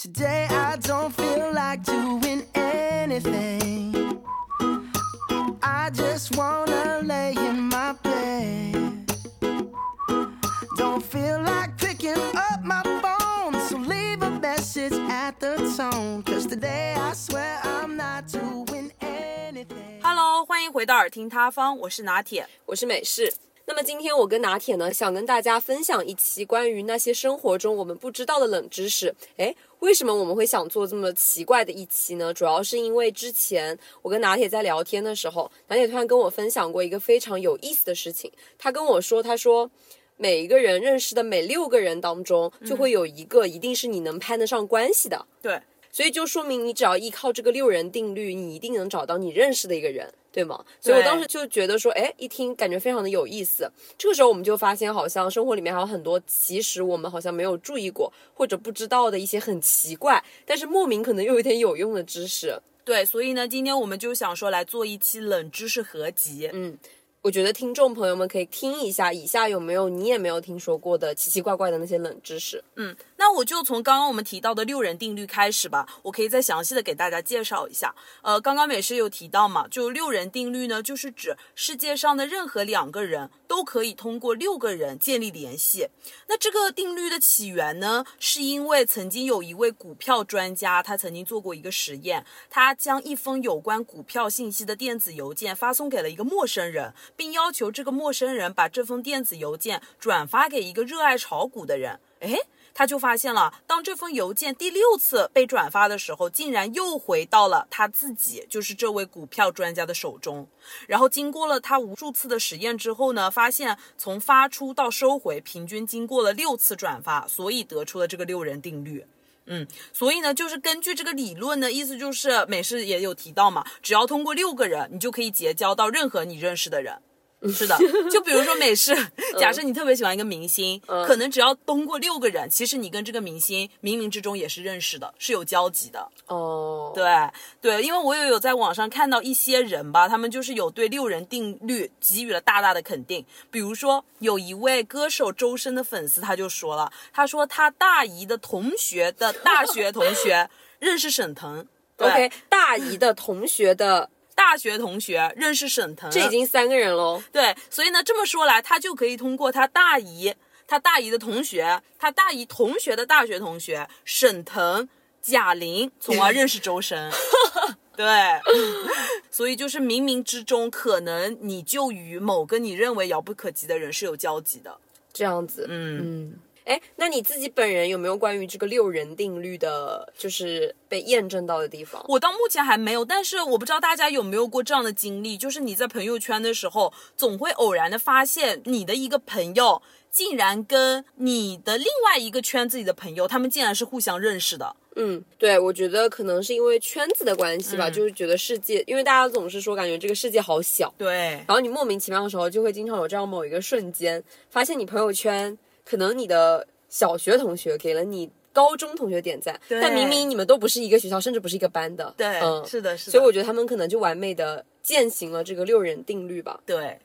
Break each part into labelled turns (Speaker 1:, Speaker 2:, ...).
Speaker 1: Today I don't feel like doing anything. I just wanna lay in my bed. Don't feel like picking up my phone, so leave a message at the tone. Cause today I swear I'm not doing anything.
Speaker 2: Hello，欢迎回到耳听他方，我是拿铁。
Speaker 3: 我是美式。那么今天我跟拿铁呢，想跟大家分享一期关于那些生活中我们不知道的冷知识。诶，为什么我们会想做这么奇怪的一期呢？主要是因为之前我跟拿铁在聊天的时候，拿铁突然跟我分享过一个非常有意思的事情。他跟我说，他说每一个人认识的每六个人当中，就会有一个一定是你能攀得上关系的。
Speaker 2: 对，
Speaker 3: 所以就说明你只要依靠这个六人定律，你一定能找到你认识的一个人，对吗？所以我当时就觉得说，哎，一听感觉非常的有意思。这个时候我们就发现，好像生活里面还有很多其实我们好像没有注意过或者不知道的一些很奇怪，但是莫名可能又有点有用的知识。
Speaker 2: 对，所以呢，今天我们就想说来做一期冷知识合集。
Speaker 3: 嗯我觉得听众朋友们可以听一下，以下有没有你也没有听说过的奇奇怪怪的那些冷知识？
Speaker 2: 嗯，那我就从刚刚我们提到的六人定律开始吧，我可以再详细的给大家介绍一下。呃，刚刚美师有提到嘛，就六人定律呢，就是指世界上的任何两个人都可以通过六个人建立联系。那这个定律的起源呢，是因为曾经有一位股票专家，他曾经做过一个实验，他将一封有关股票信息的电子邮件发送给了一个陌生人，并要求这个陌生人把这封电子邮件转发给一个热爱炒股的人。诶，他就发现了，当这封邮件第六次被转发的时候，竟然又回到了他自己，就是这位股票专家的手中。然后经过了他无数次的实验之后呢，发现从发出到收回，平均经过了六次转发，所以得出了这个六人定律。嗯，所以呢，就是根据这个理论呢，意思就是美式也有提到嘛，只要通过六个人，你就可以结交到任何你认识的人。是的，就比如说美式，
Speaker 3: 嗯
Speaker 2: 假设你特别喜欢一个明星，可能只要通过六个人，其实你跟这个明星冥冥之中也是认识的，是有交集的。
Speaker 3: 哦，
Speaker 2: 对对，因为我也有在网上看到一些人吧，他们就是有对六人定律给予了大大的肯定。比如说，有一位歌手周深的粉丝，他就说了，他说他大姨的同学的大学同学 认识沈腾对
Speaker 3: o k 大姨的同学的，
Speaker 2: 大学同学认识沈腾，
Speaker 3: 这已经三个人喽。
Speaker 2: 对，所以呢，这么说来，他就可以通过他大姨、他大姨的同学、他大姨同学的大学同学沈腾、贾玲，从而认识周深。对，所以就是冥冥之中，可能你就与某个你认为遥不可及的人是有交集的。
Speaker 3: 这样子，
Speaker 2: 嗯
Speaker 3: 嗯，哎，那你自己本人有没有关于这个六人定律的，就是被验证到的地方？
Speaker 2: 我到目前还没有，但是我不知道大家有没有过这样的经历，就是你在朋友圈的时候，总会偶然的发现你的一个朋友竟然跟你的另外一个圈子里的朋友，他们竟然是互相认识的。
Speaker 3: 嗯，对，我觉得可能是因为圈子的关系吧，
Speaker 2: 嗯
Speaker 3: 就是觉得世界，因为大家总是说感觉这个世界好小，
Speaker 2: 对，
Speaker 3: 然后你莫名其妙的时候就会经常有这样某一个瞬间，发现你朋友圈可能你的小学同学给了你高中同学点赞，
Speaker 2: 对
Speaker 3: 但明明你们都不是一个学校，甚至不是一个班的，
Speaker 2: 对，
Speaker 3: 嗯，
Speaker 2: 是的，是的，
Speaker 3: 所以我觉得他们可能就完美的践行了这个六人定律吧。
Speaker 2: 对，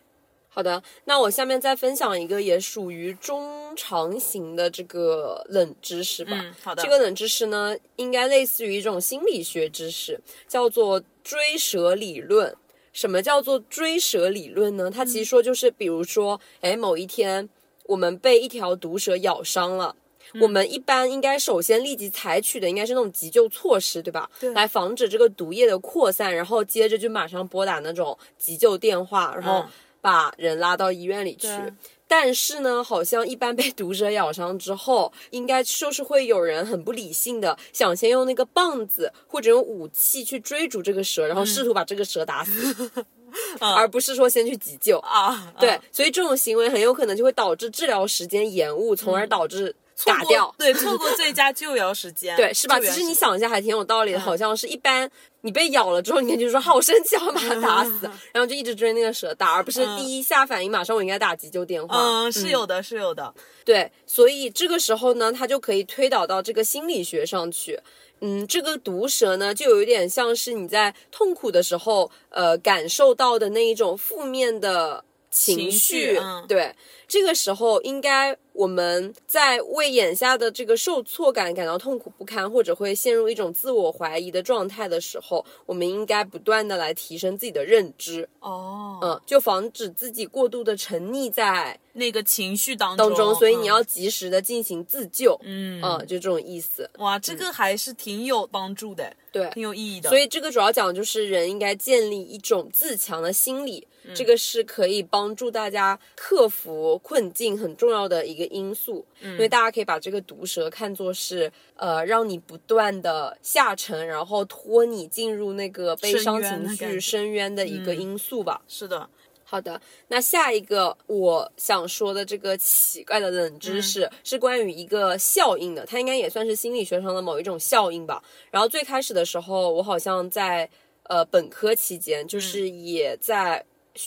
Speaker 3: 好的，那我下面再分享一个也属于中长型的这个冷知识吧。
Speaker 2: 嗯好的
Speaker 3: 这个冷知识呢，应该类似于一种心理学知识，叫做追蛇理论。什么叫做追蛇理论呢？它其实说就是，比如说，哎，某一天我们被一条毒蛇咬伤了。
Speaker 2: 嗯
Speaker 3: 我们一般应该首先立即采取的应该是那种急救措施，对吧？
Speaker 2: 对
Speaker 3: 来防止这个毒液的扩散，然后接着就马上拨打那种急救电话，然后
Speaker 2: 嗯
Speaker 3: 把人拉到医院里去。
Speaker 2: 对
Speaker 3: 但是呢，好像一般被毒蛇咬伤之后，应该就是会有人很不理性的想先用那个棒子或者用武器去追逐这个蛇，然后试图
Speaker 2: 嗯
Speaker 3: 把这个蛇打死， 而不是说先去急救。
Speaker 2: 啊，
Speaker 3: 对
Speaker 2: 啊，
Speaker 3: 所以这种行为很有可能就会导致治疗时间延误，从而导致
Speaker 2: 嗯错
Speaker 3: 打
Speaker 2: 过
Speaker 3: 掉。
Speaker 2: 对，错过最佳救援时间，
Speaker 3: 对，是吧？
Speaker 2: 救
Speaker 3: 其
Speaker 2: 援
Speaker 3: 实
Speaker 2: 时
Speaker 3: 你
Speaker 2: 间嗯
Speaker 3: 想一下，还挺有道理的。好像是一般你被咬了之后，你感觉说好生气，我要把它打死，
Speaker 2: 嗯
Speaker 3: 然后就一直追那个蛇打，而不是第一下反应马上我应该打急救电话。
Speaker 2: 嗯，是有的，是有的，
Speaker 3: 对，所以这个时候呢，它就可以推导到这个心理学上去。嗯，这个毒蛇呢，就有一点像是你在痛苦的时候，呃，感受到的那一种负面的情
Speaker 2: 情
Speaker 3: 绪，
Speaker 2: 绪嗯
Speaker 3: 对，这个时候应该我们在为眼下的这个受挫感感到痛苦不堪，或者会陷入一种自我怀疑的状态的时候，我们应该不断的来提升自己的认知，
Speaker 2: 哦，
Speaker 3: 嗯，就防止自己过度的沉溺在
Speaker 2: 那个情绪当中，
Speaker 3: 当中，所以你
Speaker 2: 嗯
Speaker 3: 要及时的进行自救，
Speaker 2: 嗯
Speaker 3: 嗯，就这种意思，
Speaker 2: 哇，这个还是挺有帮助的，
Speaker 3: 对，
Speaker 2: 挺有意义的。
Speaker 3: 嗯所以这个主要讲就是人应该建立一种自强的心理，
Speaker 2: 嗯
Speaker 3: 这个是可以帮助大家克服困境很重要的一个因素。
Speaker 2: 嗯
Speaker 3: 因为大家可以把这个毒蛇看作是呃，让你不断的下沉，然后拖你进入那个悲
Speaker 2: 深
Speaker 3: 伤
Speaker 2: 渊的感
Speaker 3: 情绪
Speaker 2: 觉嗯
Speaker 3: 深渊的一个因素吧。
Speaker 2: 是的，
Speaker 3: 好的，那下一个我想说的这个奇怪的冷知识、是关于一个效应的，它应该也算是心理学上的某一种效应吧。然后最开始的时候，我好像在呃本科期间，就是也在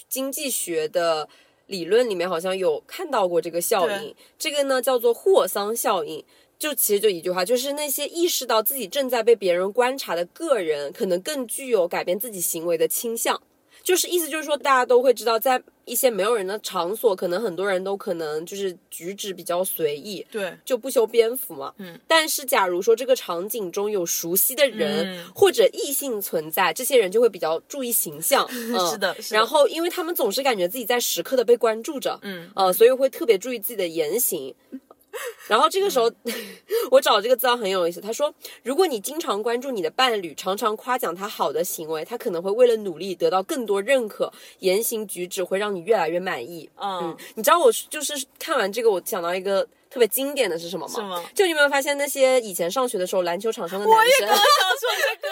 Speaker 3: 经济学的理论里面好像有看到过这个效应
Speaker 2: 对，
Speaker 3: 这个呢叫做霍桑效应。就其实就一句话，就是那些意识到自己正在被别人观察的个人，可能更具有改变自己行为的倾向。就是意思就是说，大家都会知道，在一些没有人的场所，可能很多人都可能就是举止比较随意，
Speaker 2: 对，
Speaker 3: 就不修边幅嘛。
Speaker 2: 嗯，
Speaker 3: 但是假如说这个场景中有熟悉的人、
Speaker 2: 嗯
Speaker 3: 或者异性存在，这些人就会比较注意形象。嗯、
Speaker 2: 是的是的
Speaker 3: 然后，因为他们总是感觉自己在时刻的被关注着，
Speaker 2: 嗯，
Speaker 3: 呃，所以会特别注意自己的 言行。然后这个时候，
Speaker 2: 嗯
Speaker 3: 我找这个资料很有意思。他说，如果你经常关注你的伴侣，常常夸奖他好的行为，他可能会为了努力得到更多认可，言行举止会让你越来越满意。嗯
Speaker 2: 嗯，，
Speaker 3: 你知道我就是看完这个，我想到一个特别经典的是什么吗？
Speaker 2: 什么
Speaker 3: 就你有没有发现那些以前上学的时候，篮球场上的男
Speaker 2: 我也
Speaker 3: 生啊
Speaker 2: 刚，想说这个。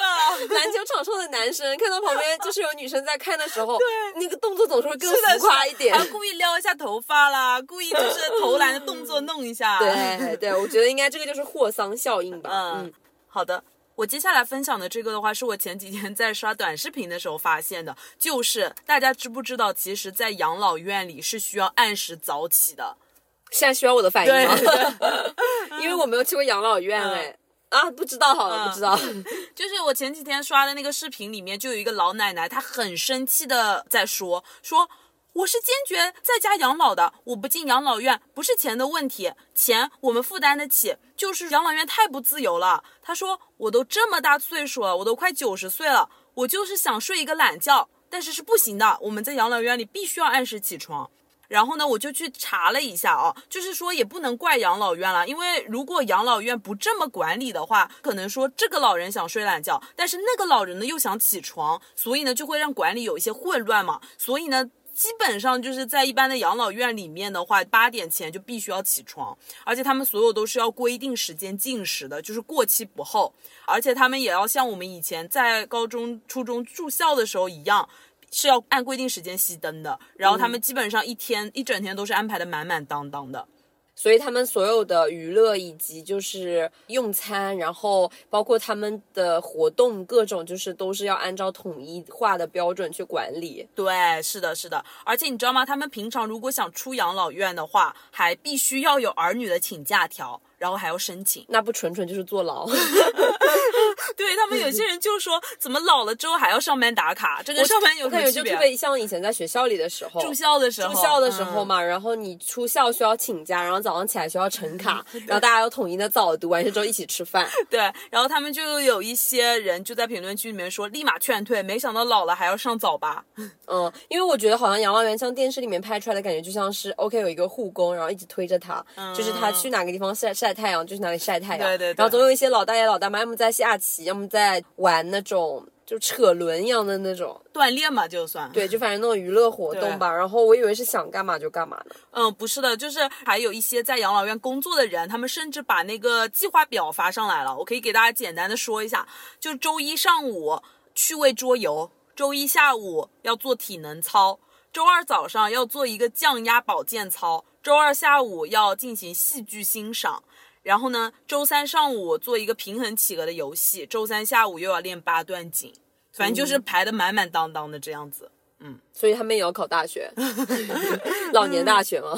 Speaker 3: 篮球场上的男生看到旁边就是有女生在看的时候，对那个动作总是会 更浮夸一点
Speaker 2: 还。要故意撩一下头发啦，故意就是投篮的动作弄一 下。，
Speaker 3: 对对，我觉得应该这个就是霍桑效应吧。嗯
Speaker 2: 嗯，好的。我接下来分享的这个的话，是我前几天在刷短视频的时候发现的，就是大家知不知道，其实，在养老院里是需要按时早起的。
Speaker 3: 现在需要我的反应
Speaker 2: 对
Speaker 3: 吗？ 因为我没有去过养老院哎。啊，不知道好了，
Speaker 2: 嗯
Speaker 3: 不知道。
Speaker 2: 就是我前几天刷的那个视频里面，就有一个老奶奶，她很生气的在说说。我是坚决在家养老的，我不进养老院不是钱的问题，钱我们负担得起，就是养老院太不自由了。她说我都这么大岁数了，我都快九十岁了，我就是想睡一个懒觉，但是是不行的，我们在养老院里必须要按时起床。然后呢，我就去查了一下啊，就是说也不能怪养老院了，因为如果养老院不这么管理的话，可能说这个老人想睡懒觉，但是那个老人呢又想起床，所以呢就会让管理有一些混乱嘛，所以呢。基本上就是在一般的养老院里面的话，八点前就必须要起床，而且他们所有都是要规定时间进食的，就是过期不候，而且他们也要像我们以前在高中、初中住校的时候一样，是要按规定时间熄灯的，然
Speaker 3: 嗯
Speaker 2: 后他们基本上一天、一整天都是安排的满满当当的。
Speaker 3: 所以他们所有的娱乐以及就是用餐，然后包括他们的活动各种，就是都是要按照统一化的标准去管理。
Speaker 2: 对，是的，是的，而且你知道吗？他们平常如果想出养老院的话，还必须要有儿女的请假条，然后还要申请。
Speaker 3: 那不纯纯就是坐 牢。
Speaker 2: 对他们有些人就说，怎么老了之后还要上班打卡？这跟上班有
Speaker 3: 嗯
Speaker 2: 什
Speaker 3: 我感
Speaker 2: 么
Speaker 3: 觉
Speaker 2: 区
Speaker 3: 就
Speaker 2: 别啊
Speaker 3: 特？别像以前在学校里的时候，
Speaker 2: 住校的时候，
Speaker 3: 住校的时候
Speaker 2: 嗯
Speaker 3: 嘛，然后你出校需要请假，然后早上起来需要晨 卡，然后大家要统一的早读，完事之后一起吃饭。
Speaker 2: 对，然后他们就有一些人就在评论区里面说，立马劝退，没想到老了还要上早八。
Speaker 3: 嗯，因为我觉得好像养老院像电视里面拍出来的感觉，就像是 OK 有一个护工，然后一直推着他，就是他去哪个地方晒晒太阳，就去哪里晒太
Speaker 2: 嗯
Speaker 3: 阳。
Speaker 2: 对对对
Speaker 3: 然后总有一些老大爷老大妈，要么在下棋，要么在玩那种。就扯轮一样的那种，
Speaker 2: 锻炼嘛，就算
Speaker 3: 对，就反正那种娱乐活动吧。然后我以为是想干嘛就干嘛的，
Speaker 2: 嗯，不是的，就是还有一些在养老院工作的人，他们甚至把那个计划表发上来了。我可以给大家简单的说一下，就周一上午趣味桌游，周一下午要做体能操，周二早上要做一个降压保健操，周二下午要进行戏剧欣赏。然后呢，周三上午做一个平衡企鹅的游戏，周三下午又要练八段锦，反正就是排的满满当当的这样子。
Speaker 3: 所以他们也要考大学，老年大学 嘛，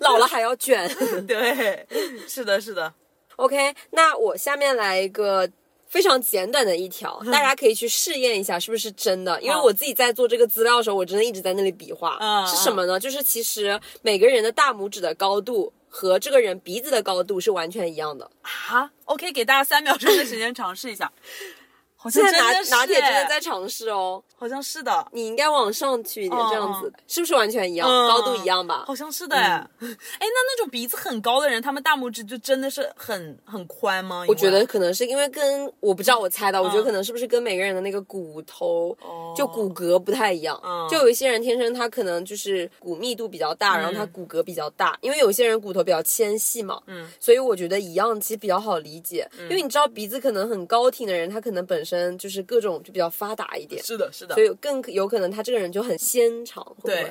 Speaker 3: 老了还要卷。
Speaker 2: 对，是的，是的，
Speaker 3: OK，那我下面来一个非常简短的一条，
Speaker 2: 嗯
Speaker 3: 大家可以去试验一下是不是真的。因为我自己在做这个资料的时候，我真的一直在那里比划，
Speaker 2: 嗯
Speaker 3: 是什么呢？就是其实每个人的大拇指的高度和这个人鼻子的高度是完全一样的。
Speaker 2: 啊，OK，给大家三秒钟的时间尝试一下，好像
Speaker 3: 现
Speaker 2: 真
Speaker 3: 在拿
Speaker 2: 的是
Speaker 3: 拿铁真
Speaker 2: 哎
Speaker 3: 的在尝试哦，
Speaker 2: 好像是的，
Speaker 3: 你应该往上去一点，
Speaker 2: 嗯
Speaker 3: 这样子是不是完全一样？
Speaker 2: 嗯
Speaker 3: 高度一样吧？
Speaker 2: 好像是的哎，哎、
Speaker 3: 嗯
Speaker 2: 那那种鼻子很高的人，他们大拇指就真的是很很宽吗？因为
Speaker 3: 我觉得可能是因为跟我不知道我猜的，我觉得
Speaker 2: 嗯
Speaker 3: 可能是不是跟每个人的那个骨头
Speaker 2: 哦
Speaker 3: 就骨骼不太一样
Speaker 2: 嗯，
Speaker 3: 就有一些人天生他可能就是骨密度比较大，然后他骨骼比较大，因为有些人骨头比较纤细嘛，
Speaker 2: 嗯，
Speaker 3: 所以我觉得一样其实比较好理解，因为你知道鼻子可能很高挺的人，他可能本身就是各种就比较发达一点，
Speaker 2: 是的，是的
Speaker 3: 所。以更有可能他这个人就很纤长，会不
Speaker 2: 对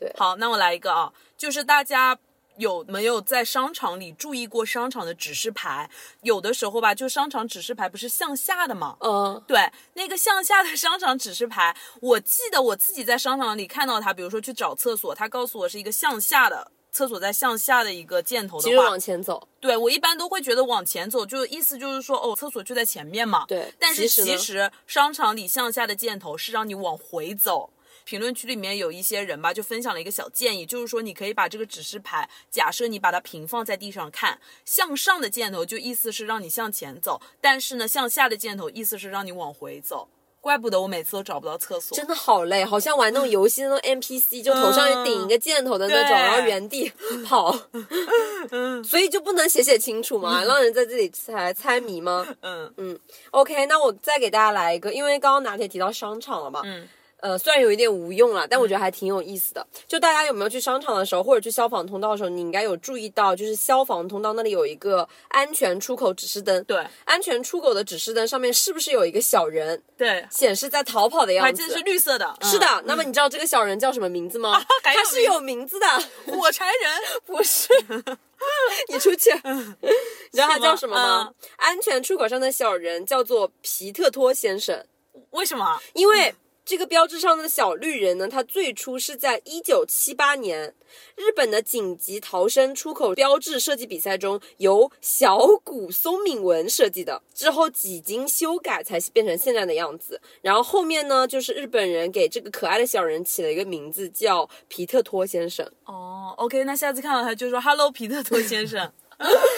Speaker 3: 会？
Speaker 2: 好，那我来一个啊，就是大家。有没有在商场里注意过商场的指示牌？有的时候吧，就商场指示牌不是向下的吗？
Speaker 3: 嗯，
Speaker 2: 对，那个向下的商场指示牌，我记得我自己在商场里看到它，比如说去找厕所，它告诉我是一个向下的。厕所在向下的一个箭头
Speaker 3: 其
Speaker 2: 的
Speaker 3: 实
Speaker 2: 话
Speaker 3: 往，前走，
Speaker 2: 对我一般都会觉得往前走，就意思就是说，哦，厕所就在前面嘛。
Speaker 3: 对
Speaker 2: 但是
Speaker 3: 其实
Speaker 2: 其
Speaker 3: 呢
Speaker 2: 实商场里向下的箭头是让你往回走。评论区里面有一些人吧，就分享了一个小建议，就是说你可以把这个指示牌，假设你把它平放在地上看，向上的箭头就意思是让你向前走，但是呢，向下的箭头意思是让你往回走。怪不得我每次都找不到厕所，
Speaker 3: 真的好累，好像玩那种游戏那种 NPC，就头上顶一个箭头的那
Speaker 2: 嗯
Speaker 3: 种，
Speaker 2: 对嗯
Speaker 3: 然后原 地跑， 所以就不能写写清楚嘛，让人在这里猜猜谜吗
Speaker 2: 嗯，
Speaker 3: ？OK，那我再给大家来一个，因为刚刚拿铁提到商场了嘛，
Speaker 2: 嗯，
Speaker 3: 呃，虽然有一点无用了，但我觉得还挺有意思的。就大家有没有去商场的时候，或者去消防通道的时候，你应该有注意到，就是消防通道那里有一个安全出口指示灯，
Speaker 2: 对
Speaker 3: 安全出口的指示灯上面是不是有一个小人
Speaker 2: 对，
Speaker 3: 显示在逃跑的样
Speaker 2: 还
Speaker 3: 子？
Speaker 2: 真是绿色的，嗯
Speaker 3: 是的，那么你知道这个小人叫什么名字吗？
Speaker 2: 还有
Speaker 3: 他是有名字的，
Speaker 2: 嗯火柴人，
Speaker 3: 不是？你出去，你知道他叫什么吗？安全出口上的小人叫做皮特托先生，
Speaker 2: 嗯为什么？啊
Speaker 3: 因为这个标志上的小绿人呢，它最初是在一九七八年日本的紧急逃生出口标志设计比赛中由小谷松敏文设计的，之后几经修改才变成现在的样子。然后后面呢，就是日本人给这个可爱的小人起了一个名字叫皮特托先生。
Speaker 2: 哦，OK，那下次看到他就说 “Hello，皮特托先 生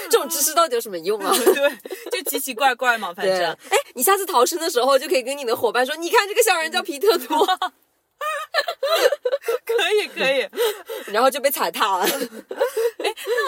Speaker 3: 这种知识到底有什么用”， 啊？
Speaker 2: 对，就奇奇怪怪嘛，反
Speaker 3: 对，
Speaker 2: 正
Speaker 3: 哎，你下次逃生的时候就可以跟你的伙伴说，你看这个小人叫皮 特托，
Speaker 2: 可以可以。
Speaker 3: 然后就被踩踏了。
Speaker 2: 那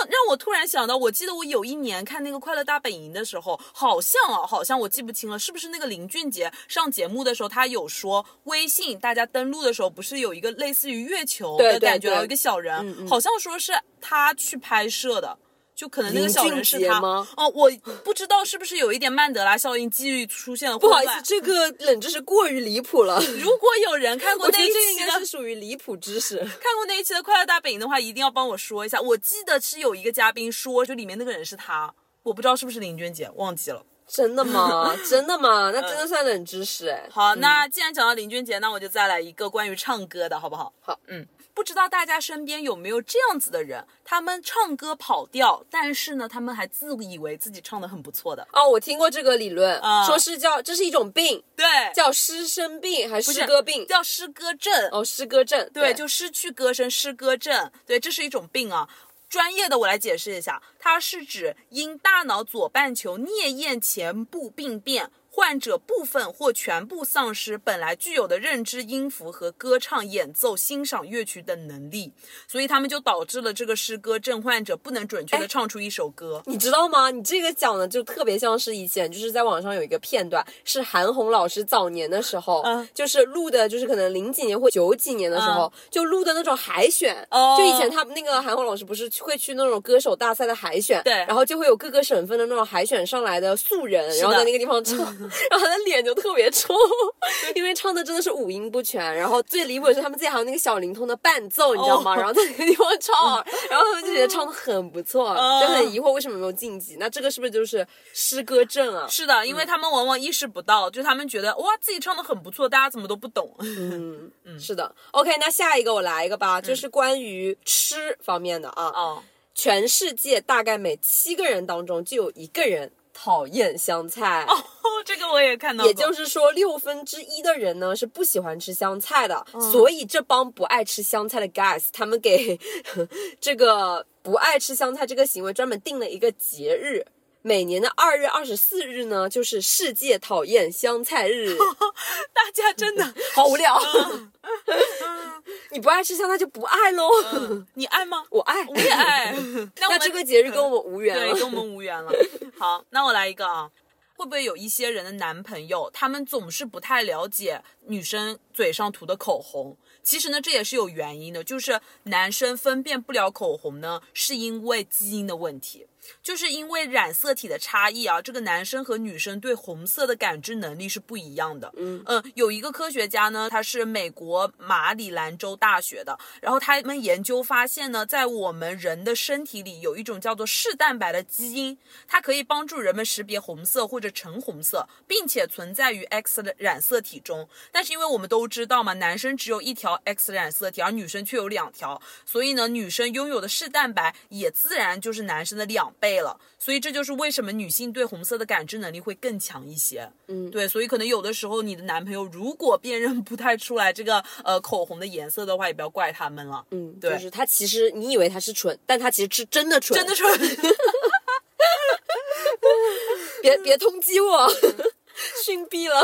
Speaker 2: 让我突然想到，我记得我有一年看那个《快乐大本营》的时候，好像啊，好像我记不清了，是不是那个林俊杰上节目的时候，他有说微信大家登录的时候，不是有一个类似于月球
Speaker 3: 对
Speaker 2: 的
Speaker 3: 对
Speaker 2: 感觉，
Speaker 3: 对嗯
Speaker 2: 有一个小人，好像说是他去拍摄的。就可能那个
Speaker 3: 林
Speaker 2: 小
Speaker 3: 俊
Speaker 2: 人是
Speaker 3: 杰
Speaker 2: 他
Speaker 3: 吗
Speaker 2: 哦，我不知道是不是有一点曼德拉效应机遇出现了
Speaker 3: 不
Speaker 2: 混
Speaker 3: 好意
Speaker 2: 乱
Speaker 3: 思，这个冷知识过于离谱了。
Speaker 2: 如果有人看过
Speaker 3: 我觉
Speaker 2: 那
Speaker 3: 得
Speaker 2: 一
Speaker 3: 这个应
Speaker 2: 期的
Speaker 3: 该是属于离谱 知识。
Speaker 2: 看过那一期的《快乐大本营》的话，一定要帮我说一下。我记得是有一个嘉宾说，就里面那个人是他，我不知道是不是林俊杰，忘记了。
Speaker 3: 真的吗？真的吗？那真的算冷知识哎。
Speaker 2: 嗯好，那既然讲到林俊杰，那我就再来一个关于唱歌的，好不好？
Speaker 3: 好，
Speaker 2: 嗯，不知道大家身边有没有这样子的人，他们唱歌跑调，但是呢，他们还自以为自己唱的很不错的。
Speaker 3: 哦，我听过这个理论，
Speaker 2: 啊
Speaker 3: 说是叫这是一种病，
Speaker 2: 对，
Speaker 3: 叫失声病还
Speaker 2: 不
Speaker 3: 是
Speaker 2: 是
Speaker 3: 诗歌病？
Speaker 2: 叫诗歌症。
Speaker 3: 哦，诗歌症。
Speaker 2: 对，就失去歌声、失歌症，对，这是一种病啊。专业的我来解释一下，它是指因大脑左半球颞叶前部病变，患者部分或全部丧失本来具有的认知音符和歌唱、演奏、欣赏乐曲等能力，所以他们就导致了这个失歌症患者不能准确的
Speaker 3: 哎
Speaker 2: 唱出一首歌。
Speaker 3: 你知道吗？你这个讲的就特别像是以前，就是在网上有一个片段，是韩红老师早年的时候，
Speaker 2: 嗯
Speaker 3: 就是录的，就是可能零几年或九几年的时候，就录的那种海选。
Speaker 2: 哦
Speaker 3: 就以前他们那个韩红老师不是会去那种歌手大赛的海选，
Speaker 2: 对
Speaker 3: 然后就会有各个省份的那种海选上来的素人，
Speaker 2: 是的
Speaker 3: 然后在那个 地方唱，然后他的脸就特别臭， 因为唱的真的是五音不全。然后最离谱的是他们自己还有那个小灵通的伴奏，你知道吗？
Speaker 2: 哦
Speaker 3: 然后在那个地方唱，然后他们就觉得唱的很不错，
Speaker 2: 嗯
Speaker 3: 就很疑惑为什么没有晋级。那这个是不是就是诗歌症啊？
Speaker 2: 是的，因为他们往往意识不到，就他们觉得哇自己唱的很不错，大家怎么都不懂。
Speaker 3: 是的。OK，那下一个我来一个吧，就是关于吃方面的啊。
Speaker 2: 哦，
Speaker 3: 全世界大概每七个人当中就有一个人讨厌香菜。
Speaker 2: 哦，这我也看到过。
Speaker 3: 也就是说，六分之一的人呢是不喜欢吃香菜的，所以这帮不爱吃香菜的 guys，他们给 这个不爱吃香菜这个行为专门定了一个节日。每年的二月二十四日呢，就是世界讨厌香菜日，
Speaker 2: 大家真 的，
Speaker 3: 好无聊。
Speaker 2: 嗯
Speaker 3: 你不爱吃香菜就不爱喽，
Speaker 2: 你爱吗？
Speaker 3: 我爱
Speaker 2: 我。也爱。嗯哎那我
Speaker 3: 那
Speaker 2: 们嗯
Speaker 3: 这个节日跟我无缘
Speaker 2: 对，
Speaker 3: 了
Speaker 2: 跟。我们无缘了。 好，那我来一个啊。会不会有一些人的男朋友，他们总是不太了解女生嘴上涂的口红？其实呢，这也是有原因的，就是男生分辨不了口红呢，是因为基因的问题，就是因为染色体的差异啊，这个男生和女生对红色的感知能力是不一样的。嗯有一个科学家呢，他是美国马里兰州大学的，然后他们研究发现呢，在我们人的身体里有一种叫做视蛋白的基因，它可以帮助人们识别红色或者橙红色，并且存在于 X 的染色体中。但是因为我们都知道嘛，男生只有一条 X 染色体，而女生却有两条，所以呢，女生拥有的视蛋白也自然就是男生的两倍了。所以这就是为什么女性对红色的感知能力会更强一些。嗯，对，所以可能有的时候你的男朋友如果辨认不太出来这个呃口红的颜色的话，也不要怪他们了。
Speaker 3: 嗯，
Speaker 2: 对
Speaker 3: 就是他其实你以为他是蠢，但他其实是真的蠢，
Speaker 2: 真的是
Speaker 3: 别别通缉我， 逊毙了。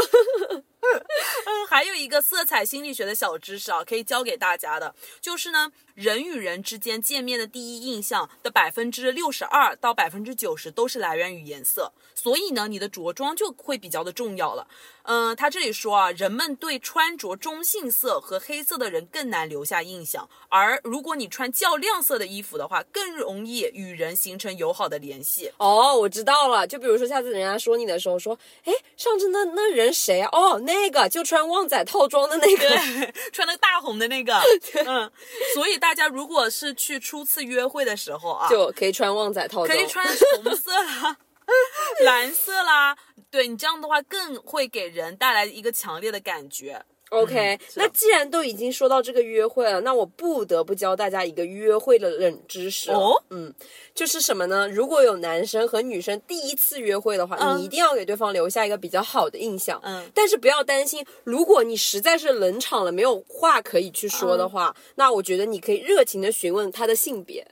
Speaker 2: 还有一个色彩心理学的小知识啊，可以教给大家的，就是呢，人与人之间见面的第一印象的百分之六十二到百分之九十都是来源于颜色，所以呢，你的着装就会比较的重要了。嗯、他这里说啊，人们对穿着中性色和黑色的人更难留下印象，而如果你穿较亮色的衣服的话，更容易与人形成友好的联系。
Speaker 3: 哦，我知道了。就比如说，下次人家说你的时候，说，哎，上次那那人谁啊？哦，那个就穿旺仔套装的那个。
Speaker 2: 对，穿那个大红的那个，嗯，所以大家如果是去初次约会的时候啊，
Speaker 3: 就可以穿旺仔套装，
Speaker 2: 可以穿红色啦、 蓝色啦，对你这样的话更会给人带来一个强烈的感觉。
Speaker 3: OK，、
Speaker 2: 嗯是的
Speaker 3: 那既然都已经说到这个约会了，那我不得不教大家一个约会的冷知识
Speaker 2: 哦
Speaker 3: 嗯，就是什么呢？如果有男生和女生第一次约会的话，
Speaker 2: 嗯
Speaker 3: 你一定要给对方留下一个比较好的印象。
Speaker 2: 嗯
Speaker 3: 但是不要担心，如果你实在是冷场了，没有话可以去说
Speaker 2: 嗯
Speaker 3: 的话，那我觉得你可以热情的询问他的性别。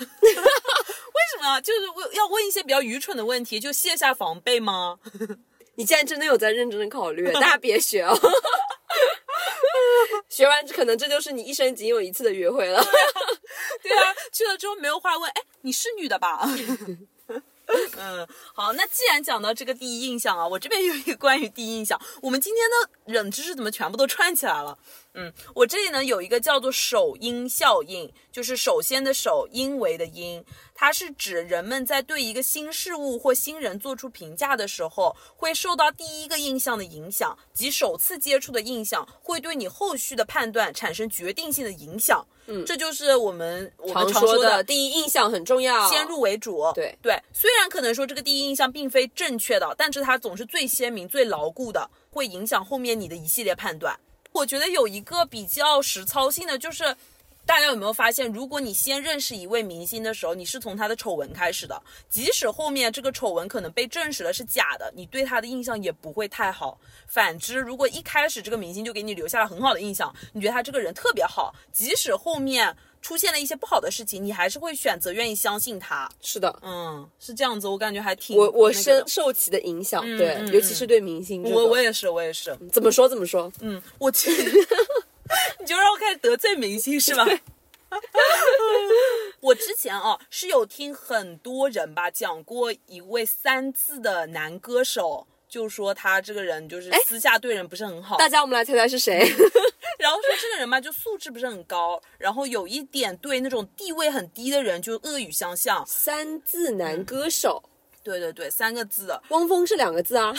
Speaker 2: 为什么啊？就是问要问一些比较愚蠢的问题，就卸下防备吗？
Speaker 3: 你既然真的有在认真的考虑，大家别学哦。 学完，可能这就是你一生仅有一次的约会了。
Speaker 2: 对啊，去了之后没有话问，哎，你是女的吧？ 嗯，好，那既然讲到这个第一印象啊，我这边有一个关于第一印象，我们今天的冷知识怎么全部都串起来了？嗯，我这里呢有一个叫做首因效应，就是首先的首，因为的因，它是指人们在对一个新事物或新人做出评价的时候，会受到第一个印象的影响及首次接触的印象，会对你后续的判断产生决定性的影响。嗯，这就是我们我们
Speaker 3: 常
Speaker 2: 常
Speaker 3: 说
Speaker 2: 说
Speaker 3: 的
Speaker 2: 的
Speaker 3: 第一印象很重要，
Speaker 2: 先入为主。
Speaker 3: 对
Speaker 2: 对，虽然可能说这个第一印象并非正确的，但是它总是最鲜明、最牢固的，会影响后面你的一系列判断。我觉得有一个比较实操性的就是。大家有没有发现，如果你先认识一位明星的时候，你是从他的丑闻开始的，即使后面这个丑闻可能被证实了是假的，你对他的印象也不会太好。反之，如果一开始这个明星就给你留下了很好的印象，你觉得他这个人特别好，即使后面出现了一些不好的事情，你还是会选择愿意相信他。
Speaker 3: 是的，
Speaker 2: 嗯，是这样子，我感觉还挺
Speaker 3: 我我
Speaker 2: 那个
Speaker 3: 深
Speaker 2: 的
Speaker 3: 受其的影响，
Speaker 2: 嗯
Speaker 3: 对，
Speaker 2: 嗯
Speaker 3: 尤其是对明星这个，
Speaker 2: 我我也是我也是，
Speaker 3: 怎么说怎么说，
Speaker 2: 嗯， 我其 实你就让我开始得罪明星是吧？ 我之前啊是有听很多人吧讲过一位三字的男歌手，就说他这个人就是私下对人不是很好，
Speaker 3: 哎大家我们来猜猜是谁？
Speaker 2: 然后说这个人吧就素质不是很高，然后有一点对那种地位很低的人就恶语相向。
Speaker 3: 三字男歌手，
Speaker 2: 对对对，三个字的，
Speaker 3: 汪峰是两个字 啊，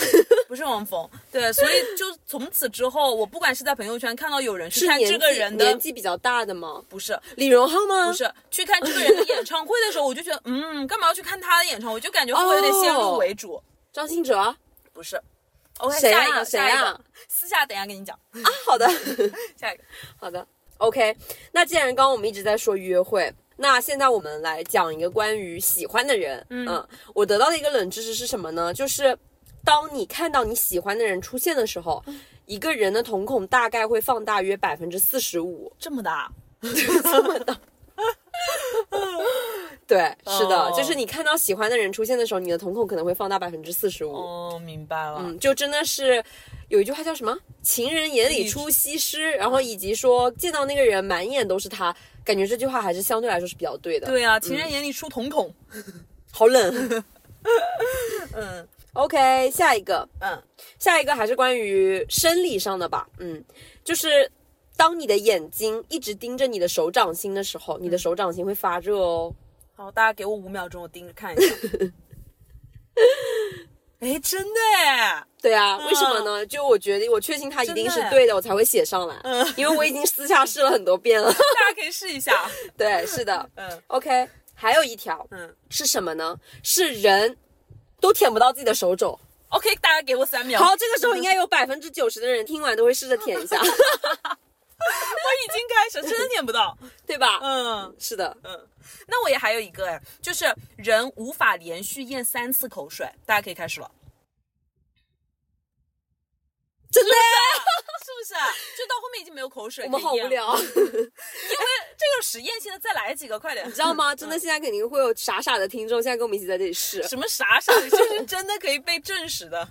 Speaker 2: 不是汪峰，对，所以就从此之后，我不管是在朋友圈看到有人去
Speaker 3: 是
Speaker 2: 看
Speaker 3: 年纪
Speaker 2: 这个人的
Speaker 3: 年，纪比较大的吗？
Speaker 2: 不是
Speaker 3: 李荣浩吗？
Speaker 2: 不是去看这个人的演唱会的时候，我就觉得，嗯，干嘛要去看他的演唱会？就感觉会不会有点先入为主，
Speaker 3: 张信哲啊，
Speaker 2: 不是。OK，、
Speaker 3: 哦谁啊
Speaker 2: 下一个，
Speaker 3: 谁
Speaker 2: 下
Speaker 3: 啊
Speaker 2: 一个，私下等一下跟你讲，
Speaker 3: 好的，
Speaker 2: 下一个，
Speaker 3: 好的，OK。那既然刚刚我们一直在说约会，那现在我们嗯来讲一个关于喜欢的人。嗯我得到的一个冷知识是什么呢？就是当你看到你喜欢的人出现的时候，
Speaker 2: 嗯
Speaker 3: 一个人的瞳孔大概会放大约百分之四十五，
Speaker 2: 这么大，
Speaker 3: 这么大。 对，是的
Speaker 2: 哦
Speaker 3: 就是你看到喜欢的人出现的时候，你的瞳孔可能会放大百分之四十五。
Speaker 2: 哦，明白了。
Speaker 3: 嗯，就真的是有一句话叫什么“情人眼里出西施”，然后以及说见到那个人满眼都是他，感觉这句话还是相对来说是比较对的。
Speaker 2: 对啊，情人眼里出瞳孔。
Speaker 3: 嗯好冷。 嗯，OK，下一个，
Speaker 2: 嗯，
Speaker 3: 下一个还是关于生理上的吧。嗯，就是当你的眼睛一直盯着你的手掌心的时候，
Speaker 2: 嗯
Speaker 3: 你的手掌心会发热哦。
Speaker 2: 好，大家给我五秒钟，我盯着看一 下。哎，真的哎，
Speaker 3: 对啊，为什么呢？就我觉得，我确信它一定是
Speaker 2: 真的嗯
Speaker 3: 对的，我才会写上来， 因为我已经私下试了很多遍了。
Speaker 2: 大家可以试一下。
Speaker 3: 对，是的。
Speaker 2: 嗯
Speaker 3: OK，还有一条
Speaker 2: 嗯
Speaker 3: 是什么呢？是人都舔不到自己的手肘。
Speaker 2: ，OK，大家给我三秒。
Speaker 3: 好，这个时候应该有百分之九十的人听完都会试着 舔一下，
Speaker 2: 我已经开始，真的点不到。
Speaker 3: 对吧？
Speaker 2: 嗯，
Speaker 3: 是的，
Speaker 2: 那我也还有一个哎，就是人无法连续咽三次口水，大家可以开始了。
Speaker 3: 真的，
Speaker 2: 是不是？就到后面已经没有口水，
Speaker 3: 我们好无。聊，
Speaker 2: 嗯这个实验性的，再来几个，快点！你
Speaker 3: 你知 道吗？真的，现在肯定会有傻傻的听众，现在跟我们一起在这里试。
Speaker 2: 什么啥啥，这是真的可以被证实的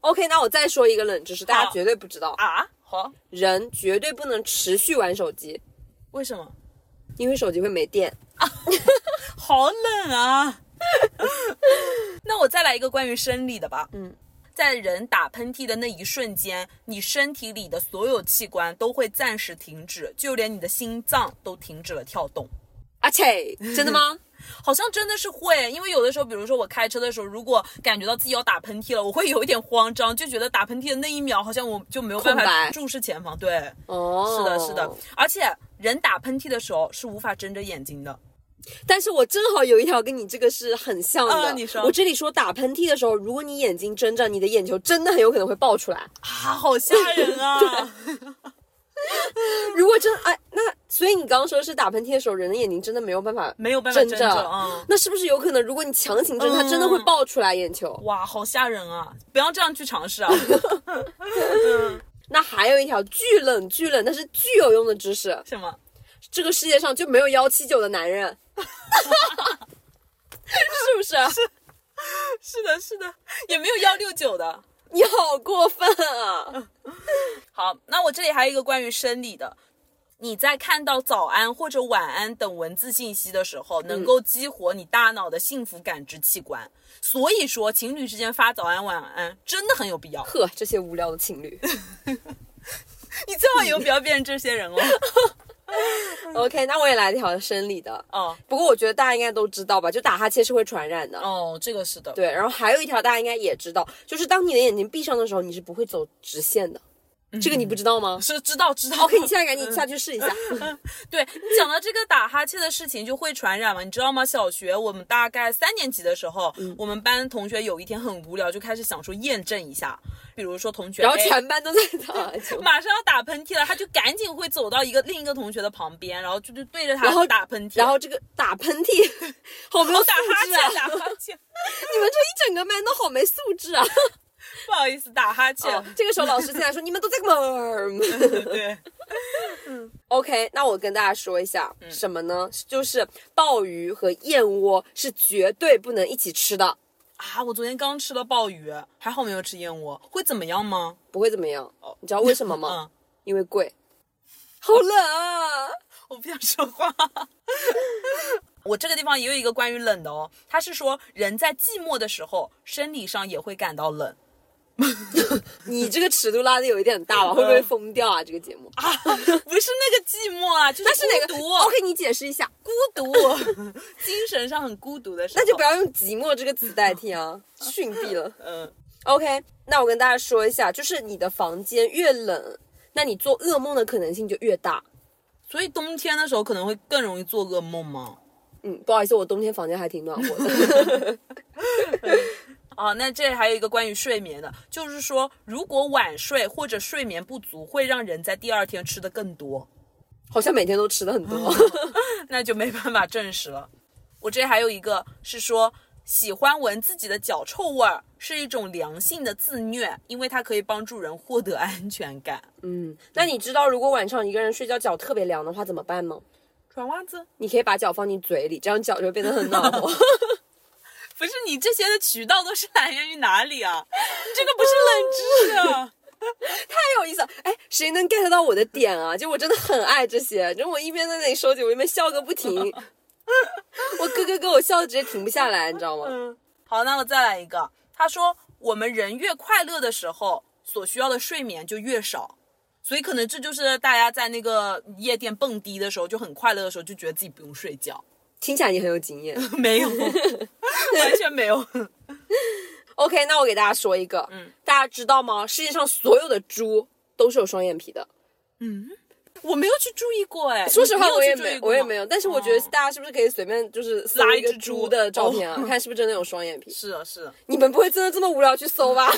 Speaker 3: OK，那我再说一个冷知识，大家
Speaker 2: 好
Speaker 3: 绝对不知道，
Speaker 2: 啊？好，
Speaker 3: 人绝对不能持续玩手机，
Speaker 2: 为什么？
Speaker 3: 因为手机会没电。
Speaker 2: 好冷啊！ 那我再来一个关于生理的吧。
Speaker 3: 嗯，
Speaker 2: 在人打喷嚏的那一瞬间，你身体里的所有器官都会暂时停止，就连你的心脏都停止了跳动。
Speaker 3: 啊切，真的吗？
Speaker 2: 好像真的是会，因为有的时候，比如说我开车的时候，如果感觉到自己要打喷嚏了，我会有一点慌张，就觉得打喷嚏的那一秒，好像我就没有办
Speaker 3: 空
Speaker 2: 法
Speaker 3: 白
Speaker 2: 注视前方。对，
Speaker 3: 哦，
Speaker 2: 是的，是的。。而且人打喷嚏的时候是无法睁着眼睛的。啊
Speaker 3: 但是我正好有一条跟你这个是很像的。
Speaker 2: 啊你说
Speaker 3: 我这里说打喷嚏的时候，如果你眼睛睁着，你的眼球真的很有可能会爆出来。
Speaker 2: 啊，好吓人啊！ 嗯
Speaker 3: 如果真哎，那所以你刚刚说是打喷嚏的时候，人的眼睛真的没有办法
Speaker 2: 没有办法
Speaker 3: 睁
Speaker 2: 睁
Speaker 3: 着，
Speaker 2: 着嗯
Speaker 3: 那是不是有可能，如果你强行睁，它真的会爆出来眼球？
Speaker 2: 哇，好吓人啊！不要这样去尝 试啊！
Speaker 3: 那还有一条巨冷巨冷，但是巨有用的知识，
Speaker 2: 什么？
Speaker 3: 这个世界上就没有幺七九的 男人。是不是？
Speaker 2: 是的，是的，也没有幺六九的。
Speaker 3: 你好过分啊！
Speaker 2: 好，那我这里还有一个关于生理的。你在看到早安或者晚安等文字信息的时
Speaker 3: 嗯
Speaker 2: 候，能够激活你大脑的幸福感知器官。所以说，情侣之间发早安晚安真的很有 必要。
Speaker 3: 呵，这些无聊的情侣。
Speaker 2: 你最好以后不要变成这些人哦。
Speaker 3: OK，那我也来一条生理的，
Speaker 2: 哦
Speaker 3: 不过我觉得大家应该都知道吧，就打哈欠是会传染的。
Speaker 2: 哦，这个是的。
Speaker 3: 对，然后还有一条大家应该也知道，就是当你的眼睛闭上的时候，你是不会走直线的，
Speaker 2: 嗯
Speaker 3: 这个你不知道吗
Speaker 2: 是知道知道。
Speaker 3: ？OK，你现在赶紧下去试一下。
Speaker 2: 嗯对你讲到这个打哈欠的事情，就会传染嘛，你知道吗？小学我们大概三年级的时候，
Speaker 3: 嗯
Speaker 2: 我们班同学有一天很无聊，就开始想说验证一下，比如说同学，
Speaker 3: 然后
Speaker 2: 哎。
Speaker 3: 全班都在打哈欠
Speaker 2: 马上要打喷嚏了，他就赶紧会走到一个另一个同学的旁边，然后就就对着
Speaker 3: 然后
Speaker 2: 他打喷嚏，
Speaker 3: 然后这个打喷嚏，好没有
Speaker 2: 我
Speaker 3: 素
Speaker 2: 打哈
Speaker 3: 质啊！
Speaker 2: 欠，打哈欠，
Speaker 3: 你们这一整个班都好没素质啊！
Speaker 2: 不好意思，打哈欠，
Speaker 3: 哦这个时候老师进来说：“你们都在干 嘛
Speaker 2: 对，
Speaker 3: ？”OK，那我跟大家说一下、
Speaker 2: 嗯
Speaker 3: 什么呢？就是鲍鱼和燕窝是绝对不能一起吃的，
Speaker 2: 啊，我昨天刚吃了鲍鱼，还好没有吃燕窝，会怎么样吗？
Speaker 3: 不会怎么样。你知道啊为什么吗？
Speaker 2: 哦 嗯，
Speaker 3: 因为贵。好冷啊！
Speaker 2: 我不想说话。 我这个地方也有一个关于冷的哦，他是说人在寂寞的时候，生理上也会感到冷。
Speaker 3: 你这个尺度拉的有一点 大了，会不会疯掉啊？这个节目，
Speaker 2: 啊， 不是那个寂寞啊，就是
Speaker 3: 那是哪个
Speaker 2: 孤独，
Speaker 3: ？OK，你解释一下。
Speaker 2: 孤独，精神上很孤独的时候。
Speaker 3: 那就不要用寂寞这个词代 替啊，逊毙了。
Speaker 2: 嗯
Speaker 3: OK，那我跟大家说一下，就是你的房间越冷，那你做噩梦的可能性就越大。
Speaker 2: 所以冬天的时候可能会更容易做噩梦吗？
Speaker 3: 嗯，不好意思，我冬天房间还挺暖和的。
Speaker 2: 啊，那这还有一个关于睡眠的，就是说如果晚睡或者睡眠不足，会让人在第二天吃的更多，
Speaker 3: 好像每天都 吃的很多。
Speaker 2: 那就没办法证实了。我这还有一个是说，喜欢闻自己的脚臭味儿是一种良性的自虐，因为它可以帮助人获得安全感。
Speaker 3: 嗯，那你知道如果晚上一个人睡觉脚特别凉的话怎么办吗？
Speaker 2: 穿袜子
Speaker 3: 你可以把脚放进嘴里，这样脚就变得很暖 和。
Speaker 2: 不是你这些的渠道都是来源于哪里啊？ 你这个不是冷知识啊！
Speaker 3: 太有意思了！哎，谁能 get 到我的点啊？就我真的很爱这些，就我一边在那里收集，我一边笑个不 停。我咯咯咯，我笑的直接停不下来，你知道
Speaker 2: 嗯
Speaker 3: 吗？
Speaker 2: 好，那我再来一个。他说，我们人越快乐的时候，所需要的睡眠就越少，所以可能这就是大家在那个夜店蹦迪的时候就很快乐的时候，就觉得自己不用睡觉。
Speaker 3: 听起来你很有经验。
Speaker 2: 没有，完全没有。
Speaker 3: OK，那我给大家说一个，嗯，大家知道吗？世界上所有的猪都是有双眼皮的。
Speaker 2: 我没有去注意过哎，
Speaker 3: 说实话，
Speaker 2: 你
Speaker 3: 我也
Speaker 2: 你有去注
Speaker 3: 没
Speaker 2: 意，过
Speaker 3: 我也
Speaker 2: 吗哦
Speaker 3: 没有。但是我觉得大家是不是可以随便就是搜
Speaker 2: 拉一
Speaker 3: 一个
Speaker 2: 只猪
Speaker 3: 猪的照片
Speaker 2: 哦
Speaker 3: 啊，看是不是真的有双眼皮？
Speaker 2: 是啊是啊，
Speaker 3: 你们不会真的这么无聊去 搜吧？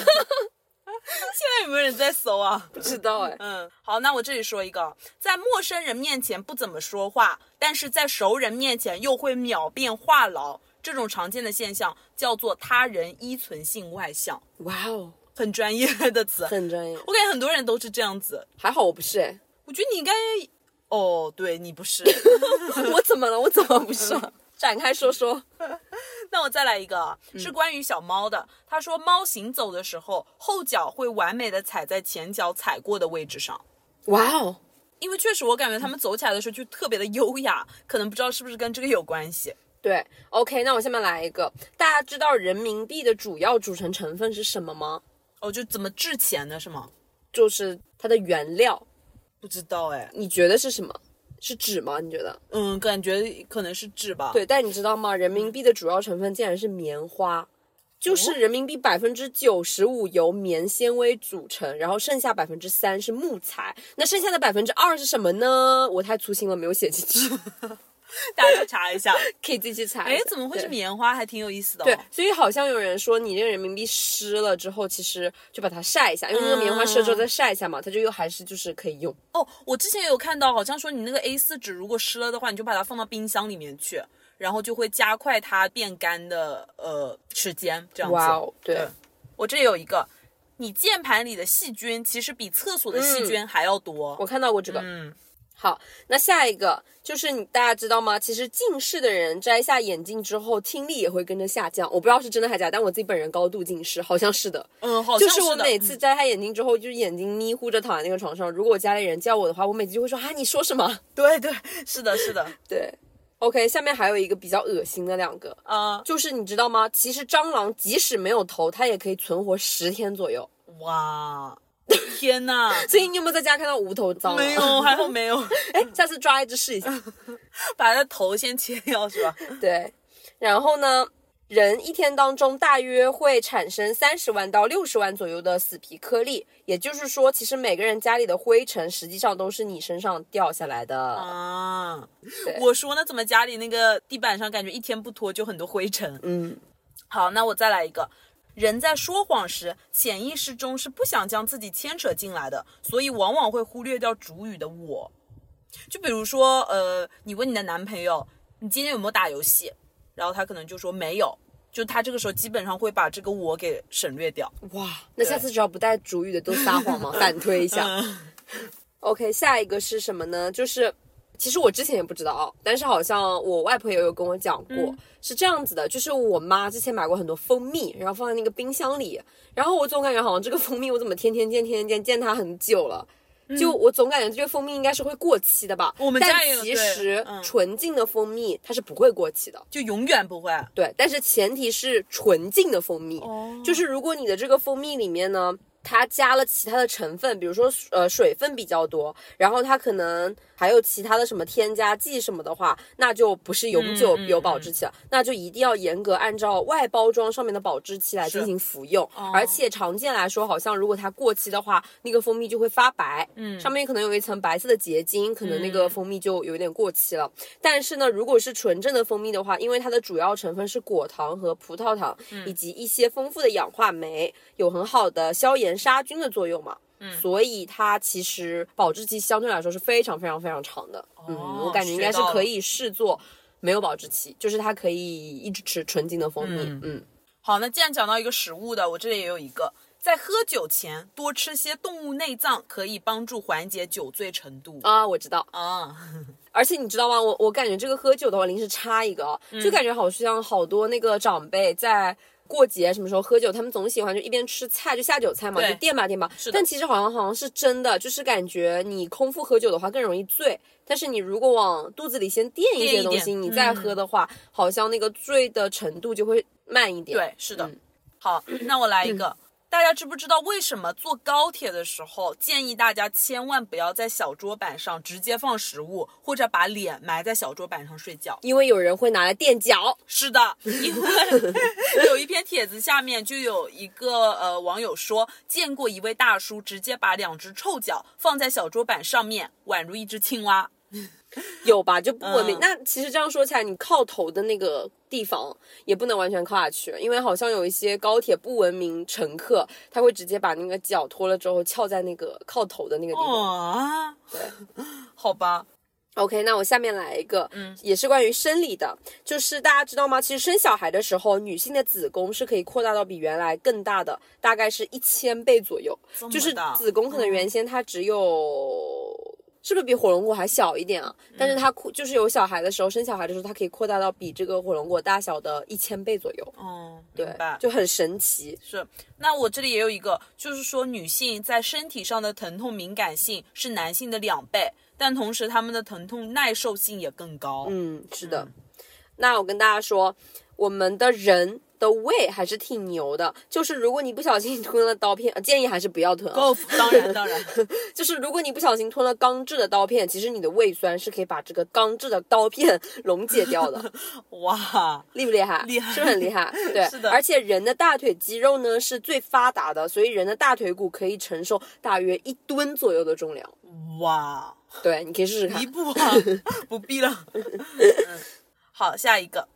Speaker 2: 现在有没有人在搜啊？
Speaker 3: 不知道哎。
Speaker 2: 嗯，好，那我这里说一个，在陌生人面前不怎么说话，但是在熟人面前又会秒变话痨，这种常见的现象叫做他人依存性外向，
Speaker 3: 哇哦，
Speaker 2: 很专业的 词。
Speaker 3: 很专业。
Speaker 2: 我感觉很多人都是这样子，
Speaker 3: 还好我不是哎，
Speaker 2: 我觉得你应该，哦，对你不是。
Speaker 3: 我怎么了？我怎么不 是啊？展开说说。
Speaker 2: 那我再来一个啊，
Speaker 3: 嗯
Speaker 2: 是关于小猫的。他说，猫行走的时候，后脚会完美的踩在前脚踩过的位置上。
Speaker 3: 哇哦，
Speaker 2: 因为确实，我感觉它们走起来的时候就特别的优雅，可能不知道是不是跟这个有关系。
Speaker 3: 对，OK，那我下面来一个。大家知道人民币的主要组成成分是什么吗？
Speaker 2: 哦，就怎么制钱的是吗？
Speaker 3: 就是它的原料，
Speaker 2: 不知道哎，
Speaker 3: 你觉得是什么？是纸吗？你觉得？
Speaker 2: 嗯，感觉可能是制吧。，
Speaker 3: 对，但你知道吗？人民币的主要成分竟然是棉花，就是人民币百分之九十五由棉纤维组成，然后剩下百分之三是木材。那剩下的百分之二是什么呢？我太粗心了，没有写进去，
Speaker 2: 大家去查一下。
Speaker 3: 可以自己去查一
Speaker 2: 哎
Speaker 3: 下。，
Speaker 2: 怎么会是
Speaker 3: 对
Speaker 2: 棉花？还挺有意思的、哦。
Speaker 3: 对，所以好像有人说，你这个人民币湿了之后，其实就把它晒一下，因为那个棉花湿了之后
Speaker 2: 嗯
Speaker 3: 再晒一下嘛，它就又还是就是可以用。
Speaker 2: 哦，我之前有看到，好像说你那个 A 4纸如果湿了的话，你就把它放到冰箱里面去，然后就会加快它变干的呃时间，这样子。
Speaker 3: 哇哦，对
Speaker 2: 对，我这里有一个，你键盘里的细菌其实比厕所的细菌还要多。
Speaker 3: 我看到过这个。
Speaker 2: 嗯，
Speaker 3: 好，那下一个就是你大家知道吗？其实近视的人摘下眼镜之后，听力也会跟着下降。我不知道是真的还假的，但我自己本人高度近视，好像是的。
Speaker 2: 嗯，好
Speaker 3: 就
Speaker 2: 像
Speaker 3: 是我
Speaker 2: 的
Speaker 3: 每次摘下眼镜之后，就是眼睛迷糊着躺在那个床上。如果我家里人叫我的话，我每次就会说啊，你说什么？
Speaker 2: 对对，是的， 是的，
Speaker 3: 对，OK，下面还有一个比较恶心的两个，
Speaker 2: 啊、
Speaker 3: 就是你知道吗？其实蟑螂即使没有头，它也可以存活十天左右。
Speaker 2: 哇，天呐，
Speaker 3: 所以你有没有在家看到无头蟑 螂？
Speaker 2: 没。有， 还好没有，
Speaker 3: 哎，下次抓一只试一下。
Speaker 2: 把它头先切掉是吧？
Speaker 3: 对，然后呢，人一天当中大约会产生三十万到六十万左右的死皮颗粒，也就是说，其实每个人家里的灰尘实际上都是你身上掉下来的。
Speaker 2: 啊，
Speaker 3: 对
Speaker 2: 我说呢，怎么家里那个地板上感觉一天不拖就很多灰 尘？
Speaker 3: 嗯，
Speaker 2: 好，那我再来一个。人在说谎时，潜意识中是不想将自己牵扯进来的，所以往往会忽略掉主语的我。就比如说，呃，你问你的男朋友，你今天有没有打游戏？然后他可能就说没有，就他这个时候基本上会把这个我给省略掉。
Speaker 3: 哇，那下次只要不带主语的都撒谎 吗？反推一下。OK，下一个是什么呢？就是其实我之前也不知道，啊但是好像我外婆也有跟我讲过，
Speaker 2: 嗯
Speaker 3: 是这样子的，就是我妈之前买过很多蜂蜜，然后放在那个冰箱里，然后我总感觉好像这个蜂蜜我怎么天天见天天见见它很久了。就我总感觉这个蜂蜜应该是会过期的吧，
Speaker 2: 嗯我们
Speaker 3: 但
Speaker 2: 家也有
Speaker 3: 其
Speaker 2: 对
Speaker 3: 实
Speaker 2: 嗯
Speaker 3: 纯净的蜂蜜它是不会过期的，
Speaker 2: 就永远不会。
Speaker 3: 对，但是前提是纯净的蜂蜜，
Speaker 2: 哦
Speaker 3: 就是如果你的这个蜂蜜里面呢，它加了其他的成分，比如说呃水分比较多，然后它可能还有其他的什么添加剂什么的话，那就不是永久
Speaker 2: 嗯嗯
Speaker 3: 有保质期了，那就一定要严格按照外包装上面的保质期来
Speaker 2: 是哦
Speaker 3: 进行服用。而且常见来说，好像如果它过期的话，那个蜂蜜就会发白，嗯，上面可能有一层白色的结晶，可能那个蜂蜜就有点过期了。但是呢，如果是纯正的蜂蜜的话，因为它的主要成分是果糖和葡萄糖，以及一些丰富的氧化酶，有很好的消炎杀菌的作用嘛。所以它其哦实保质期相对来说是非常非常非常长的。嗯，我感觉应该是可以视作没有保质期，就是它可以一直吃纯净的蜂蜜。嗯，
Speaker 2: 好，那既然讲到一个食物的，我这里也有一个，在喝酒前多吃些动物内脏，可以帮助缓解酒醉程度。
Speaker 3: 啊，我知道。
Speaker 2: 啊，
Speaker 3: 而且你知道吗？我我感觉这个喝酒的话，临时插一个哦，
Speaker 2: 嗯
Speaker 3: 就感觉好像好多那个长辈在。过节什么时候喝酒，他们总喜欢就一边吃菜就下酒菜嘛，
Speaker 2: 对
Speaker 3: 就垫吧垫吧
Speaker 2: 是。的
Speaker 3: 但其实好像好像是真的，就是感觉你空腹喝酒的话更容易醉，但是你如果往肚子里先垫一
Speaker 2: 垫
Speaker 3: 些
Speaker 2: 一
Speaker 3: 东
Speaker 2: 点嗯
Speaker 3: 西，你再喝的话，好像那个醉的程度就会慢一点。
Speaker 2: 对，是的。
Speaker 3: 嗯
Speaker 2: 好，那我来一个。大家知不知道为什么坐高铁的时候建议大家千万不要在小桌板上直接放食物，或者把脸埋在小桌板上睡觉？
Speaker 3: 因为有人会拿来垫脚。
Speaker 2: 是 的，因为有一篇帖子下面就有一个呃网友说，见过一位大叔直接把两只臭脚放在小桌板上面，宛如一只青蛙。
Speaker 3: 有吧，就不文明。
Speaker 2: 嗯
Speaker 3: 那其实这样说起来，你靠头的那个地方也不能完全靠下去，因为好像有一些高铁不文明乘客，他会直接把那个脚脱了之后翘在那个靠头的那个地方。
Speaker 2: 哦，
Speaker 3: 对，
Speaker 2: 好吧，
Speaker 3: OK，那我下面来一个，嗯，也是关于生理的，就是大家知道吗？其实生小孩的时候，女性的子宫是可以扩大到比原来更大的，大概是一千倍左右
Speaker 2: 这。么
Speaker 3: 就是
Speaker 2: 大嗯
Speaker 3: 子宫可能原先它只有，是不是比火龙果还小一点啊？但
Speaker 2: 嗯
Speaker 3: 是它扩就是有小孩的时候，生小孩的时候，它可以扩大到比这个火龙果大小的一千倍左右。
Speaker 2: 嗯，
Speaker 3: 对
Speaker 2: 明白，
Speaker 3: 就很神奇。
Speaker 2: 是，那我这里也有一个，就是说女性在身体上的疼痛敏感性是男性的两倍，但同时她们的疼痛耐受性也更高。
Speaker 3: 嗯，是的。那我跟大家说，我们的人的胃还是挺牛的，就是如果你不小心吞了刀片，呃建议还是不要吞啊。
Speaker 2: 够，当然当然，
Speaker 3: 就是如果你不小心吞了钢制的刀片，其实你的胃酸是可以把这个钢制的刀片 溶解掉 的，
Speaker 2: 哇，
Speaker 3: 厉不厉害？
Speaker 2: 厉害
Speaker 3: 是不是很厉 害？对，
Speaker 2: 是的
Speaker 3: 而且人的大腿肌肉呢是最发达的，所以人的大腿骨可以承受大约一吨左右的重量。
Speaker 2: 哇，
Speaker 3: 对，你可以试试看
Speaker 2: 一。步啊，不必了。嗯，好，下一个。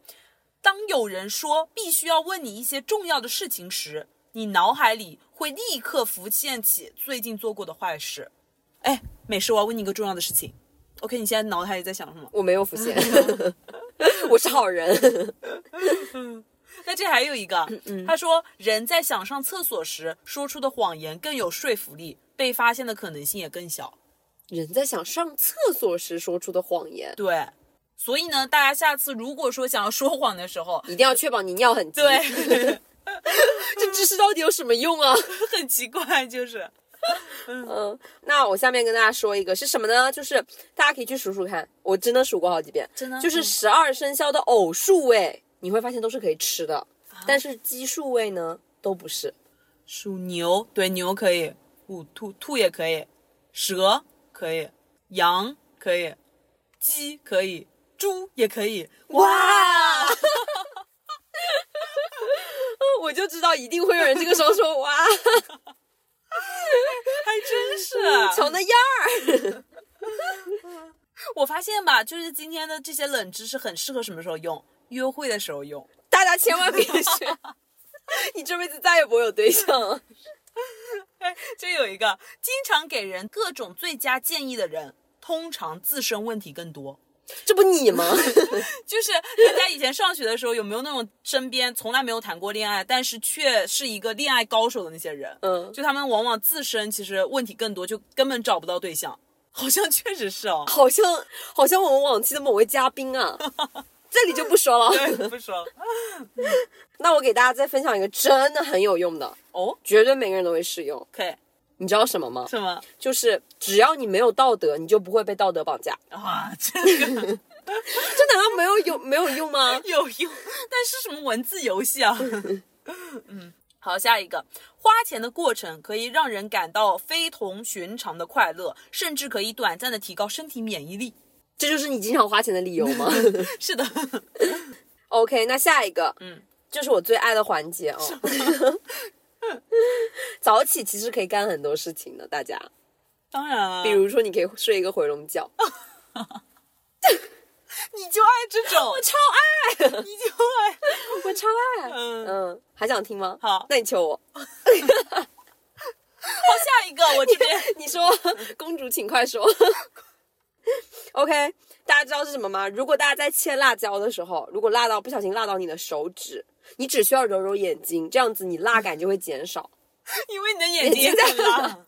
Speaker 2: 当有人说必须要问你一些重要的事情时，你脑海里会立刻浮现起最近做过的坏事。哎，美食，我要问你一个重要的事情。OK，你现在脑海里在想什么？
Speaker 3: 我没有浮
Speaker 2: 哎
Speaker 3: 现， 我是好人。
Speaker 2: 那这还有一个，他说人在想上厕所时说出的谎言更有说服力，被发现的可能性也更小。
Speaker 3: 人在想上厕所时说出的谎言，
Speaker 2: 对，所以呢，大家下次如果说想要说谎的时候，
Speaker 3: 一定要确保你尿很急。，
Speaker 2: 对，
Speaker 3: 这知识到底有什么用啊？
Speaker 2: 很奇怪，就是
Speaker 3: 嗯，那我下面跟大家说一个是什么呢？就是大家可以去数数看，我真的数过好几遍，
Speaker 2: 真的
Speaker 3: 就是
Speaker 2: 嗯
Speaker 3: 十二生肖的偶数位，你会发现都是可以吃的，但是奇数位呢都不是。
Speaker 2: 属牛，对，牛可以，虎兔兔也可以，蛇可以，羊可以，鸡可以，猪也可以。
Speaker 3: 哇！ 我就知道一定会有人这个时候说哇，
Speaker 2: 还真 是，
Speaker 3: 穷的样儿。
Speaker 2: 我发现吧，就是今天的这些冷知识很适合什么时候用？约会的时候用。
Speaker 3: 大家千万别学，你这辈子再也不会有对象了。
Speaker 2: 这有一个经常给人各种最佳建议的人，通常自身问题更多。
Speaker 3: 这不你吗？
Speaker 2: 就是大家以前上学的时候，有没有那种身边从来没有谈过恋爱，但是却是一个恋爱高手的那些人？
Speaker 3: 嗯。
Speaker 2: 就他们往往自身其实问题更多，就根本找不到对象。好像确实是哦
Speaker 3: 好像好像我们往期的某位嘉宾啊，这里就不说了。
Speaker 2: 对，不说了
Speaker 3: 那我给大家再分享一个真的很有用的，
Speaker 2: 哦，
Speaker 3: 绝对每个人都会适用。
Speaker 2: 可以
Speaker 3: 你知道什么吗？
Speaker 2: 什么
Speaker 3: 就是只要你没有道德，你就不会被道德绑架。
Speaker 2: 啊？这个
Speaker 3: 这难道没有用没有用吗？
Speaker 2: 有用，但是什么文字游戏啊？ 嗯，好，下一个，花钱的过程可以让人感到非同寻常的快乐，甚至可以短暂的提高身体免疫力。
Speaker 3: 这就是你经常花钱的理由吗
Speaker 2: 是的，
Speaker 3: ？OK，那下一个，
Speaker 2: 嗯，
Speaker 3: 这是我最爱的环节哦。 早起其实可以干很多事情的，大家。
Speaker 2: 当然啊，
Speaker 3: 比如说，你可以睡一个回笼觉，
Speaker 2: 哦你就爱这种， 我超爱，你就爱，
Speaker 3: 我超爱。
Speaker 2: 嗯
Speaker 3: 嗯，还想听吗？
Speaker 2: 好
Speaker 3: 那你求我。
Speaker 2: 好，下一个我这边
Speaker 3: 你说，公主请快说。 OK，大家知道是什么吗？如果大家在切辣椒的时候，如果辣到不小心辣到你的手指，你只需要揉揉眼睛，这样子你辣感就会减少。
Speaker 2: 嗯因为你的眼睛也很辣。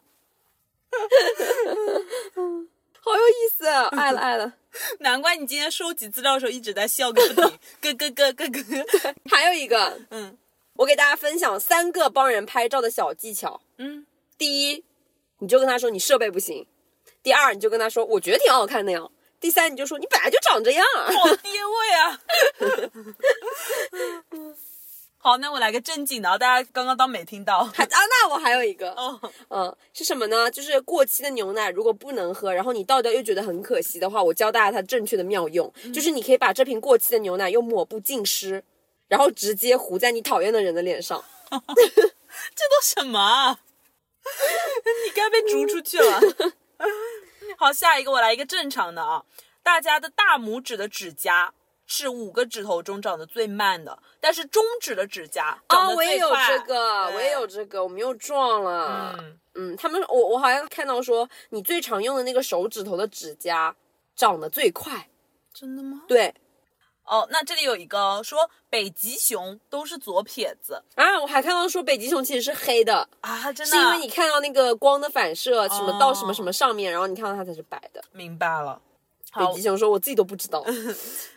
Speaker 3: 好有意思、 啊，爱了爱了。
Speaker 2: 难怪你今天收集资料的时候一直在笑个不停，咯咯咯咯咯。
Speaker 3: 还有一个，
Speaker 2: 嗯
Speaker 3: 我给大家分享三个帮人拍照的小技巧。
Speaker 2: 嗯，
Speaker 3: 第一，你就跟他说你设备不行；第二，你就跟他说我觉得挺好看的呀；第三，你就说你本来就长这样。
Speaker 2: 好爹味啊！好，那我来个正经的啊，大家刚刚当没听到。
Speaker 3: 还啊，那我还有一个，
Speaker 2: 哦，
Speaker 3: 嗯，是什么呢？就是过期的牛奶，如果不能喝，然后你倒掉又觉得很可惜的话，我教大家它正确的妙用，就是你可以把这瓶过期的牛奶用抹布浸湿，然后直接糊在你讨厌的人的脸上。
Speaker 2: 这都什么啊？你该被逐出去 了。好，下一个我来一个正常的啊。大家的大拇指的指甲是五个指头中长得最慢的，但是中指的指甲长
Speaker 3: 啊，
Speaker 2: 得
Speaker 3: 我也
Speaker 2: 最
Speaker 3: 有
Speaker 2: 快。
Speaker 3: 这个，
Speaker 2: 对
Speaker 3: 我也有。这个，我们又撞了。
Speaker 2: 嗯，
Speaker 3: 嗯，他们我我好像看到说，你最常用的那个手指头的指甲长得最快。
Speaker 2: 真的吗？
Speaker 3: 对
Speaker 2: 哦，那这里有一个哦说北极熊都是左撇子
Speaker 3: 啊，我还看到说北极熊其实是黑的，
Speaker 2: 啊，真
Speaker 3: 是
Speaker 2: 的啊。
Speaker 3: 因为你看到那个光的反射，什么到什么
Speaker 2: 哦
Speaker 3: 什么上面，然后你看到它才是白的。
Speaker 2: 明白了。
Speaker 3: 北
Speaker 2: 好
Speaker 3: 极，熊说我自己都不知道。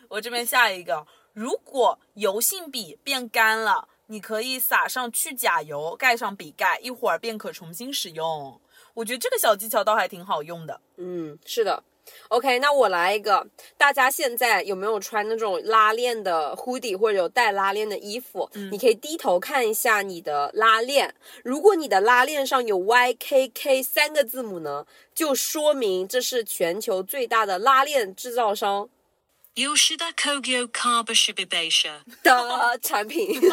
Speaker 2: 我这边下一个，如果油性笔变干了，你可以撒上去甲油，盖上笔盖，一会儿便可重新使用。我觉得这个小技巧倒还挺好用的。
Speaker 3: 嗯，是的。OK，那我来一个，大家现在有没有穿那种拉链的 hoodie 或者有带拉链的衣服？你可以低头看一下你的拉链，如果你的拉链上有 YKK 三个字母呢，就说明这是全球最大的拉链制造商
Speaker 4: Yoshida Kogyo Kaba Shibibasha.
Speaker 3: 的产品。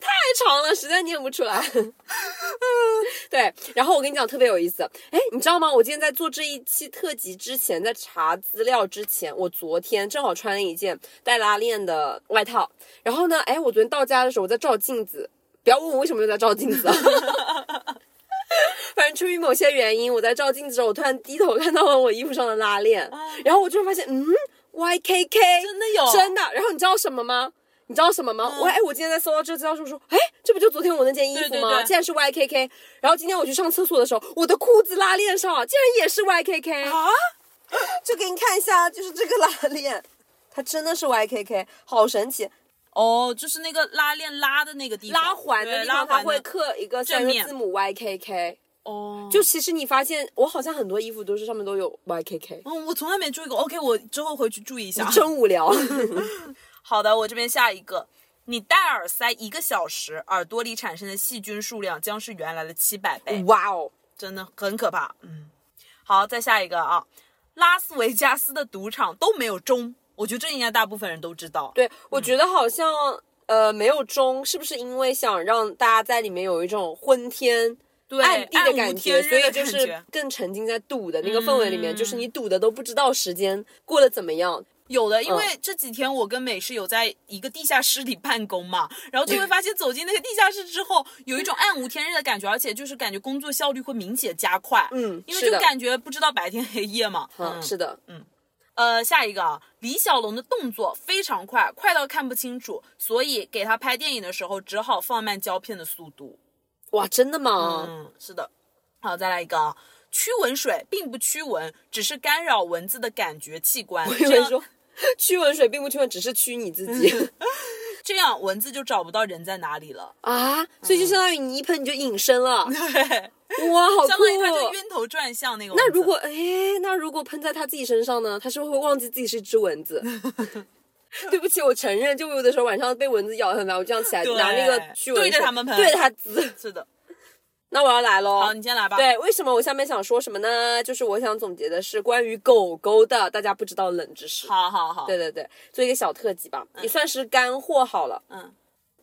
Speaker 3: 太长了，实在念不出来。 对，然后我跟你讲特别有意思，哎，你知道吗？我今天在做这一期特辑之前，在查资料之前，我昨天正好穿了一件带拉链的外套，然后呢，哎，我昨天到家的时候我在照镜子，不要问我为什么又在照镜子 啊。反正出于某些原因，我在照镜子的时候，我突然低头看到了我衣服上的拉链，然后我就发现，嗯，YKK
Speaker 2: 真的有
Speaker 3: 啊真的。然后你知道什么吗？你知道什么吗？我哎，我今天在搜到这个资料的时候说，哎，这不就昨天我那件衣服吗？
Speaker 2: 对对对
Speaker 3: 竟然是 YKK。然后今天我去上厕所的时候，我的裤子拉链上啊，竟然也是 YKK。
Speaker 2: 啊，
Speaker 3: 就给你看一下，就是这个拉链， 它真的是 YKK，好神奇。
Speaker 2: 哦，就是那个拉链拉的那个地方，
Speaker 3: 拉环的
Speaker 2: 对
Speaker 3: 地
Speaker 2: 拉
Speaker 3: 方
Speaker 2: 环
Speaker 3: 它
Speaker 2: 的
Speaker 3: 会刻一个三
Speaker 2: 正
Speaker 3: 个
Speaker 2: 面
Speaker 3: 字母 YKK。
Speaker 2: 哦，
Speaker 3: 就其实你发现，我好像很多衣服都是上面都有 YKK，
Speaker 2: 嗯，我从来没注意过。OK，我之后回去注意一下。
Speaker 3: 真无 聊。
Speaker 2: 好的，我这边下一个。你戴耳塞一个小时，耳朵里产生的细菌数量将是原来的七百倍。
Speaker 3: 哇哦，
Speaker 2: 真的很可怕。嗯，好，再下一个啊，拉斯维加斯的赌场都没有钟，我觉得这应该大部分人都知道。
Speaker 3: 对，我觉得好像、呃没有钟，是不是因为想让大家在里面有一种昏天？
Speaker 2: 对，
Speaker 3: 暗地的
Speaker 2: 无
Speaker 3: 感
Speaker 2: 天
Speaker 3: 觉，
Speaker 2: 日
Speaker 3: 所以
Speaker 2: 的
Speaker 3: 就
Speaker 2: 感
Speaker 3: 是
Speaker 2: 觉嗯
Speaker 3: 更沉浸在赌的那个氛围里面，就是你赌的都不知道时间过得怎么样。
Speaker 2: 有的，因为这几天我跟美是有在一个地下室里办公嘛，然后就会发现走进那个地下室之后，有一种暗无天日的感觉，而且就是感觉工作效率会明显加快。
Speaker 3: 嗯
Speaker 2: 因为
Speaker 3: 是
Speaker 2: 就
Speaker 3: 的
Speaker 2: 感觉不知道白天黑夜嘛。
Speaker 3: 嗯，是的，
Speaker 2: 呃，下一个啊，李小龙的动作非常快，快到看不清楚，所以给他拍电影的时候只好放慢胶片的速度。
Speaker 3: 哇，真的吗？
Speaker 2: 嗯，是的。好，再来一个啊，驱蚊水并不驱蚊，只是干扰蚊子的感觉器官。
Speaker 3: 我
Speaker 2: 嗯
Speaker 3: 以
Speaker 2: 这
Speaker 3: 为
Speaker 2: 样嗯
Speaker 3: 说驱蚊水并不驱蚊，只是驱你自己
Speaker 2: 这样蚊子就找不到人在哪里了，
Speaker 3: 啊，所以
Speaker 2: 嗯
Speaker 3: 就相当于你一喷你就隐身 了。哇，好
Speaker 2: 相
Speaker 3: 酷、
Speaker 2: 当于它就
Speaker 3: 哦！
Speaker 2: 晕头转向那个蚊子。
Speaker 3: 那如果哎，那如果喷在他自己身上呢？他是不是会忘记自己是一只蚊子？ 对不起，我承认，就我有的时候晚上被蚊子咬得很烦，我这样起来
Speaker 2: 对
Speaker 3: 拿那个驱蚊
Speaker 2: 对
Speaker 3: 水
Speaker 2: 着它们喷
Speaker 3: 对着它滋。
Speaker 2: 是的，
Speaker 3: 那我要来喽！
Speaker 2: 好，你先来吧。，
Speaker 3: 哦对，为什么我下面想说什么呢？就是我想总结的是关于狗狗的大家不知道的冷知识。
Speaker 2: 好好好，
Speaker 3: 对对对，做一个小特辑吧，也算是干货好了。
Speaker 2: 嗯，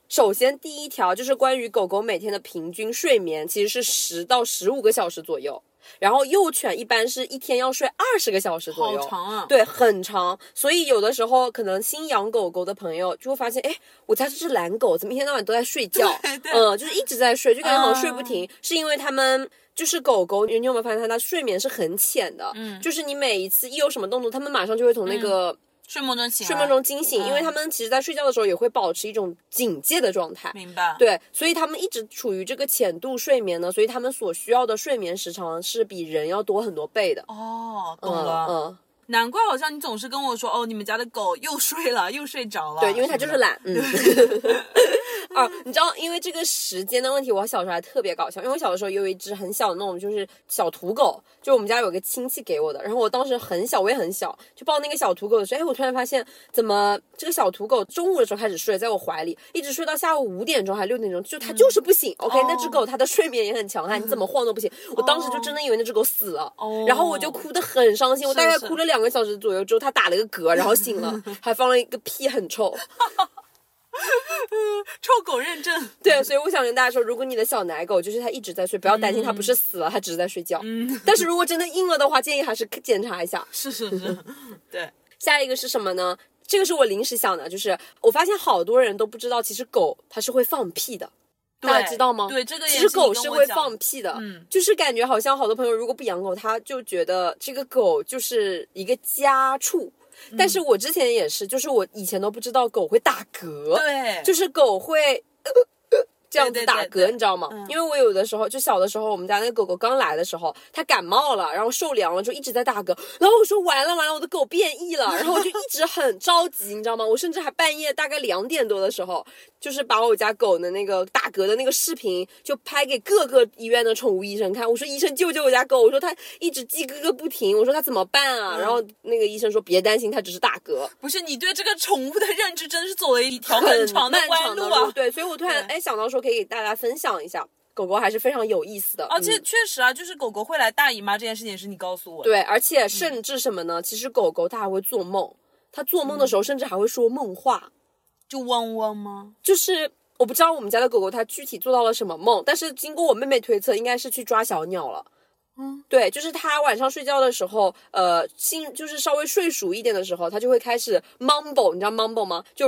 Speaker 3: 首先第一条就是关于狗狗每天的平均睡眠，其实是十到十五个小时左右。然后幼犬一般是一天要睡二十个小时左右，
Speaker 2: 好长啊
Speaker 3: 对，很长。所以有的时候可能新养狗狗的朋友就会发现，哎，我家这只懒狗怎么一天到晚都在睡觉？
Speaker 2: 对对
Speaker 3: 嗯，就是一直在睡，就感觉好像睡不
Speaker 2: 嗯
Speaker 3: 停，是因为它们。就是狗狗，你你有没有发现它的睡眠是很浅的？嗯，就是你每一次一有什么动作，它们马上就会从那个
Speaker 2: 睡梦中醒来，
Speaker 3: 睡梦中惊醒，因为
Speaker 2: 嗯
Speaker 3: 它们其实在睡觉的时候也会保持一种警戒的状态。
Speaker 2: 明白，
Speaker 3: 对，所以他们一直处于这个浅度睡眠呢，所以他们所需要的睡眠时长是比人要多很多倍的。
Speaker 2: 哦，懂
Speaker 3: 嗯
Speaker 2: 了，
Speaker 3: 嗯，
Speaker 2: 难怪好像你总是跟我说，哦，你们家的狗又睡了， 又睡着了，
Speaker 3: 对，因为它
Speaker 2: 什
Speaker 3: 就
Speaker 2: 么
Speaker 3: 是
Speaker 2: 的，
Speaker 3: 懒， 嗯。 啊，你知道，因为这个时间的问题，我小时候还特别搞笑。因为我小的时候有一只很小的那种，就是小土狗，就我们家有个亲戚给我的。然后我当时很小，我也很小，就抱那个小土狗的时候，哎，我突然发现，怎么这个小土狗中午的时候开始睡，在我怀里一直睡到下午五点钟还是六点钟，就它就是不醒。OK，、那只
Speaker 2: 嗯哦
Speaker 3: 狗它的睡眠也很强悍，你怎么晃都不醒。我当时就真的以为那只狗死了，
Speaker 2: 哦
Speaker 3: 然后我就哭得很伤心。我大概
Speaker 2: 是是
Speaker 3: 哭了两个小时左右之后，它打了个嗝，然后 醒了，还放了一个屁，很臭。
Speaker 2: 臭狗认证，
Speaker 3: 对，所以我想跟大家说，如果你的小奶狗就是它一直在睡，不要担心它不是死了，它只是在睡觉。
Speaker 2: 嗯，
Speaker 3: 但是如果真的硬了的话，建议还是检查一下。
Speaker 2: 是是 是，对，
Speaker 3: 下一个是什么呢？这个是我临时想的，就是我发现好多人都不知道，其实狗它是会放屁的，大家
Speaker 2: 对
Speaker 3: 知道吗？
Speaker 2: 对，这个也
Speaker 3: 其实
Speaker 2: 你
Speaker 3: 狗
Speaker 2: 跟
Speaker 3: 是
Speaker 2: 我
Speaker 3: 会
Speaker 2: 讲
Speaker 3: 放
Speaker 2: 的，
Speaker 3: 屁的，
Speaker 2: 嗯
Speaker 3: 就是感觉好像好多朋友如果不养狗，他就觉得这个狗就是一个家畜。但
Speaker 2: 嗯
Speaker 3: 是我之前也是，就是我以前都不知道狗会打嗝，
Speaker 2: 对，
Speaker 3: 就是狗会。呃呃这样子
Speaker 2: 对对
Speaker 3: 打嗝，
Speaker 2: 对
Speaker 3: 你知道吗？
Speaker 2: 嗯
Speaker 3: 因为我有的时候，就小的时候，我们家那个狗狗刚来的时候，它感冒了，然后受凉了，就一直在打嗝。然后我说完了完了，我的狗变异了，然后我就一直很着急，你知道吗？我甚至还半夜大概两点多的时候，就是把我家狗的那个打嗝的那个视频，就拍给各个医院的宠物医生看。我说医生救救我家狗，我说它一直叽咯咯不停，我说它怎么办啊？
Speaker 2: 嗯
Speaker 3: 然后那个医生说别担心，它只是打嗝。
Speaker 2: 不是你对这个宠物的认知真是走了一条很长
Speaker 3: 漫
Speaker 2: 弯
Speaker 3: 长的
Speaker 2: 啊！
Speaker 3: 对，所以我突然
Speaker 2: 对
Speaker 3: 哎想到说可以给大家分享一下，狗狗还是非常有意思的，
Speaker 2: 而且
Speaker 3: 嗯
Speaker 2: 确实啊，就是狗狗会来大姨妈这件事情也是你告诉我的，
Speaker 3: 对，而且
Speaker 2: 嗯
Speaker 3: 甚至什么呢？其实狗狗它还会做梦，它做
Speaker 2: 嗯
Speaker 3: 梦的时候甚至还会说梦话，
Speaker 2: 就汪汪吗？
Speaker 3: 就是。我不知道我们家的狗狗它具体做到了什么梦，但是经过我妹妹推测，应该是去抓小鸟了。
Speaker 2: 嗯，
Speaker 3: 对，就是它晚上睡觉的时候，呃，心就是稍微睡熟一点的时候，它就会开始 mumble，你知道 mumble 吗？就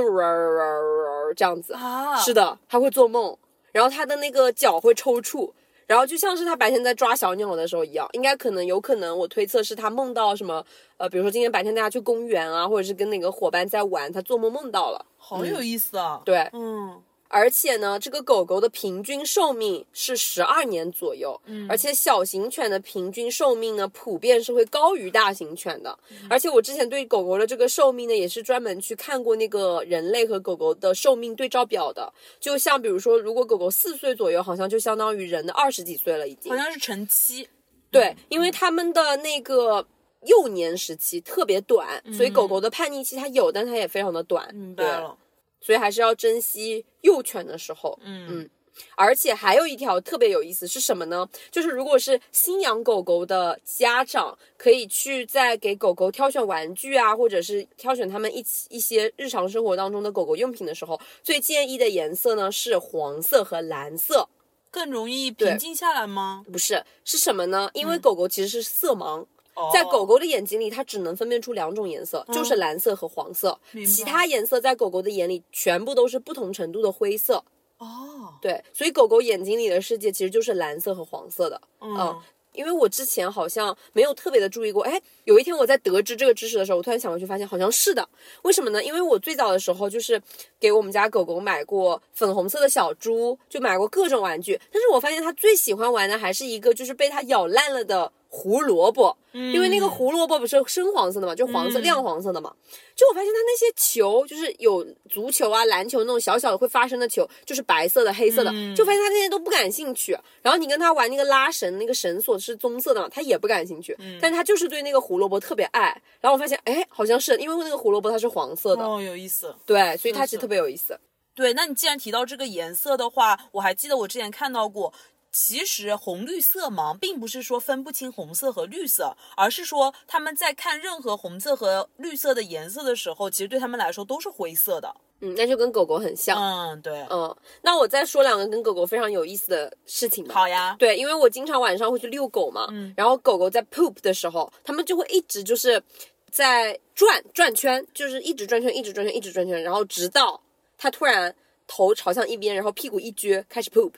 Speaker 3: 这样子
Speaker 2: 啊，
Speaker 3: 是的，它会做梦，然后它的那个脚会抽搐，然后就像是它白天在抓小鸟的时候一样，应该可能有可能我推测是它梦到什么，呃，比如说今天白天大家去公园啊，或者是跟哪个伙伴在玩，它做梦梦到了。
Speaker 2: 好有意思啊！，
Speaker 3: 对，
Speaker 2: 嗯，
Speaker 3: 而且呢，这个狗狗的平均寿命是十二年左右，嗯，而且小型犬的平均寿命呢，普遍是会高于大型犬的。
Speaker 2: 嗯
Speaker 3: 而且我之前对狗狗的这个寿命呢，也是专门去看过那个人类和狗狗的寿命对照表的。就像比如说，如果狗狗四岁左右，好像就相当于人的二十几岁了，已经
Speaker 2: 嗯好。像是晨七，嗯
Speaker 3: 对，因为它们的那个幼年时期特别短，所以狗狗的叛逆期它有，但它也非常的短。
Speaker 2: 嗯明
Speaker 3: 对
Speaker 2: 白了，
Speaker 3: 所以还是要珍惜幼犬的时候。
Speaker 2: 嗯
Speaker 3: 嗯，而且还有一条特别有意思是什么呢？就是如果是新养狗狗的家长，可以去在给狗狗挑选玩具啊，或者是挑选它们一起一些日常生活当中的狗狗用品的时候，最建议的颜色呢是黄色和蓝色。
Speaker 2: 更容易
Speaker 3: 对
Speaker 2: 平静下来吗？
Speaker 3: 不是，是什么呢？因为狗狗其实是色盲，
Speaker 2: 嗯哦嗯
Speaker 3: 在狗狗的眼睛里，它只能分辨出两种颜色，就是蓝色和黄色。
Speaker 2: 明白
Speaker 3: 其他颜色在狗狗的眼里全部都是不同程度的灰色。
Speaker 2: 哦，
Speaker 3: 对，所以狗狗眼睛里的世界其实就是蓝色和黄色的。
Speaker 2: 嗯
Speaker 3: 嗯，因为我之前好像没有特别的注意过，哎，有一天我在得知这个知识的时候，我突然想回去，发现好像是的。为什么呢？因为我最早的时候就是给我们家狗狗买过粉红色的小猪，就买过各种玩具，但是我发现它最喜欢玩的还是一个就是被它咬烂了的胡萝卜，因为那个胡萝卜不是深黄色的嘛，就黄色、
Speaker 2: 嗯
Speaker 3: 亮黄色的嘛。就我发现它那些球，就是有足球啊、篮球那种小小的会发生的球，就是白色的、黑色的，
Speaker 2: 嗯
Speaker 3: 就发现它那些都不感兴趣。然后你跟它玩那个拉绳，那个绳索是棕色的嘛，它也不感兴趣，
Speaker 2: 嗯
Speaker 3: 但它就是对那个胡萝卜特别爱。然后我发现，哎，好像是因为那个胡萝卜它是黄色的，
Speaker 2: 哦，有意思。
Speaker 3: 对，所以它
Speaker 2: 是
Speaker 3: 其实特别有意思。
Speaker 2: 对，那你既然提到这个颜色的话，我还记得我之前看到过。其实红绿色盲并不是说分不清红色和绿色，而是说他们在看任何红色和绿色的颜色的时候，其实对他们来说都是灰色的。
Speaker 3: 嗯，那就跟狗狗很像。
Speaker 2: 嗯，对，
Speaker 3: 嗯，那我再说两个跟狗狗非常有意思的事情吧。
Speaker 2: 好呀，
Speaker 3: 对，因为我经常晚上会去遛狗嘛，然后狗狗在 poop 的时候，它们就会一直就是在转转圈，就是一直转圈，一直转圈，一直转圈，然后直到它突然头朝向一边，然后屁股一撅，开始 poop。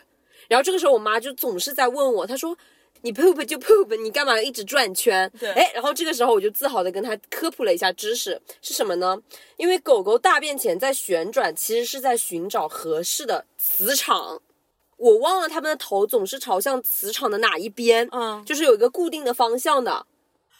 Speaker 3: 然后这个时候，我妈就总是在问我，她说：“你 poop 就 poop，你干嘛一直转圈？”
Speaker 2: 对
Speaker 3: 哎，然后这个时候我就自豪的跟她科普了一下知识是什么呢？因为狗狗大便前在旋转，其实是在寻找合适的磁场。我忘了它们的头总是朝向磁场的哪一边，
Speaker 2: 嗯，
Speaker 3: 就是有一个固定的方向的。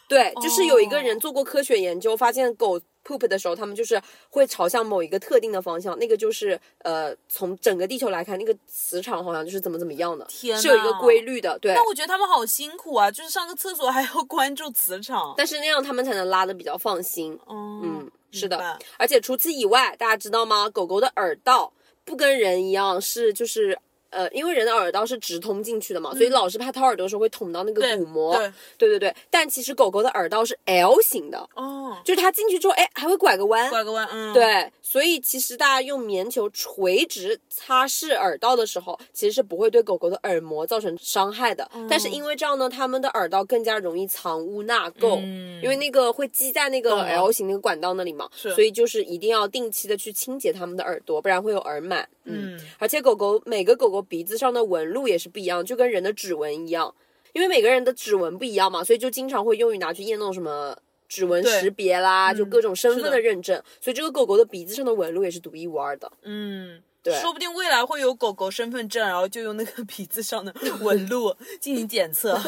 Speaker 3: 对，就是有一
Speaker 2: 哦
Speaker 3: 个人做过科学研究，发现狗 poop 的时候，它们就是会朝向某一个特定的方向，那个就是呃，从整个地球来看，那个磁场好像就是怎么怎么样的，
Speaker 2: 天
Speaker 3: 是有一个
Speaker 2: 呐
Speaker 3: 规律的。对，
Speaker 2: 但我觉得他们好辛苦啊，就是上个厕所还要关注磁场。
Speaker 3: 但是那样它们才能拉的比较放心。嗯
Speaker 2: 嗯，，
Speaker 3: 是的
Speaker 2: 明白。
Speaker 3: 而且除此以外，大家知道吗？狗狗的耳道不跟人一样，是就是呃，因为人的耳道是直通进去的嘛，所以老是怕掏耳朵的时候会捅到那
Speaker 2: 嗯
Speaker 3: 个
Speaker 2: 对
Speaker 3: 鼓膜。
Speaker 2: 对
Speaker 3: 对对对，但其实狗狗的耳道是 L 型的，
Speaker 2: 哦，
Speaker 3: 就是它进去之后，哎，还会拐个弯。
Speaker 2: 拐个弯，嗯，，
Speaker 3: 对，所以其实大家用棉球垂直擦拭耳道的时候，其实是不会对狗狗的耳膜造成伤害的。
Speaker 2: 嗯
Speaker 3: 但是因为这样呢，它们的耳道更加容易藏污纳垢，
Speaker 2: 嗯
Speaker 3: 因为那个会积在那个
Speaker 2: 懂了
Speaker 3: L 型那个管道那里嘛，
Speaker 2: 是
Speaker 3: 所以就是一定要定期的去清洁它们的耳朵，不然会有耳螨。
Speaker 2: 嗯，
Speaker 3: 而且狗狗每个狗狗鼻子上的纹路也是不一样，就跟人的指纹一样，因为每个人的指纹不一样嘛，所以就经常会用于拿去验那种什么指纹
Speaker 2: 对
Speaker 3: 识别啦，
Speaker 2: 嗯
Speaker 3: 就各种身份
Speaker 2: 是
Speaker 3: 的
Speaker 2: 的
Speaker 3: 认证。所以这个狗狗的鼻子上的纹路也是独一无二的。
Speaker 2: 嗯，
Speaker 3: 对
Speaker 2: 说不定未来会有狗狗身份证，然后就用那个鼻子 上的纹路进行检测。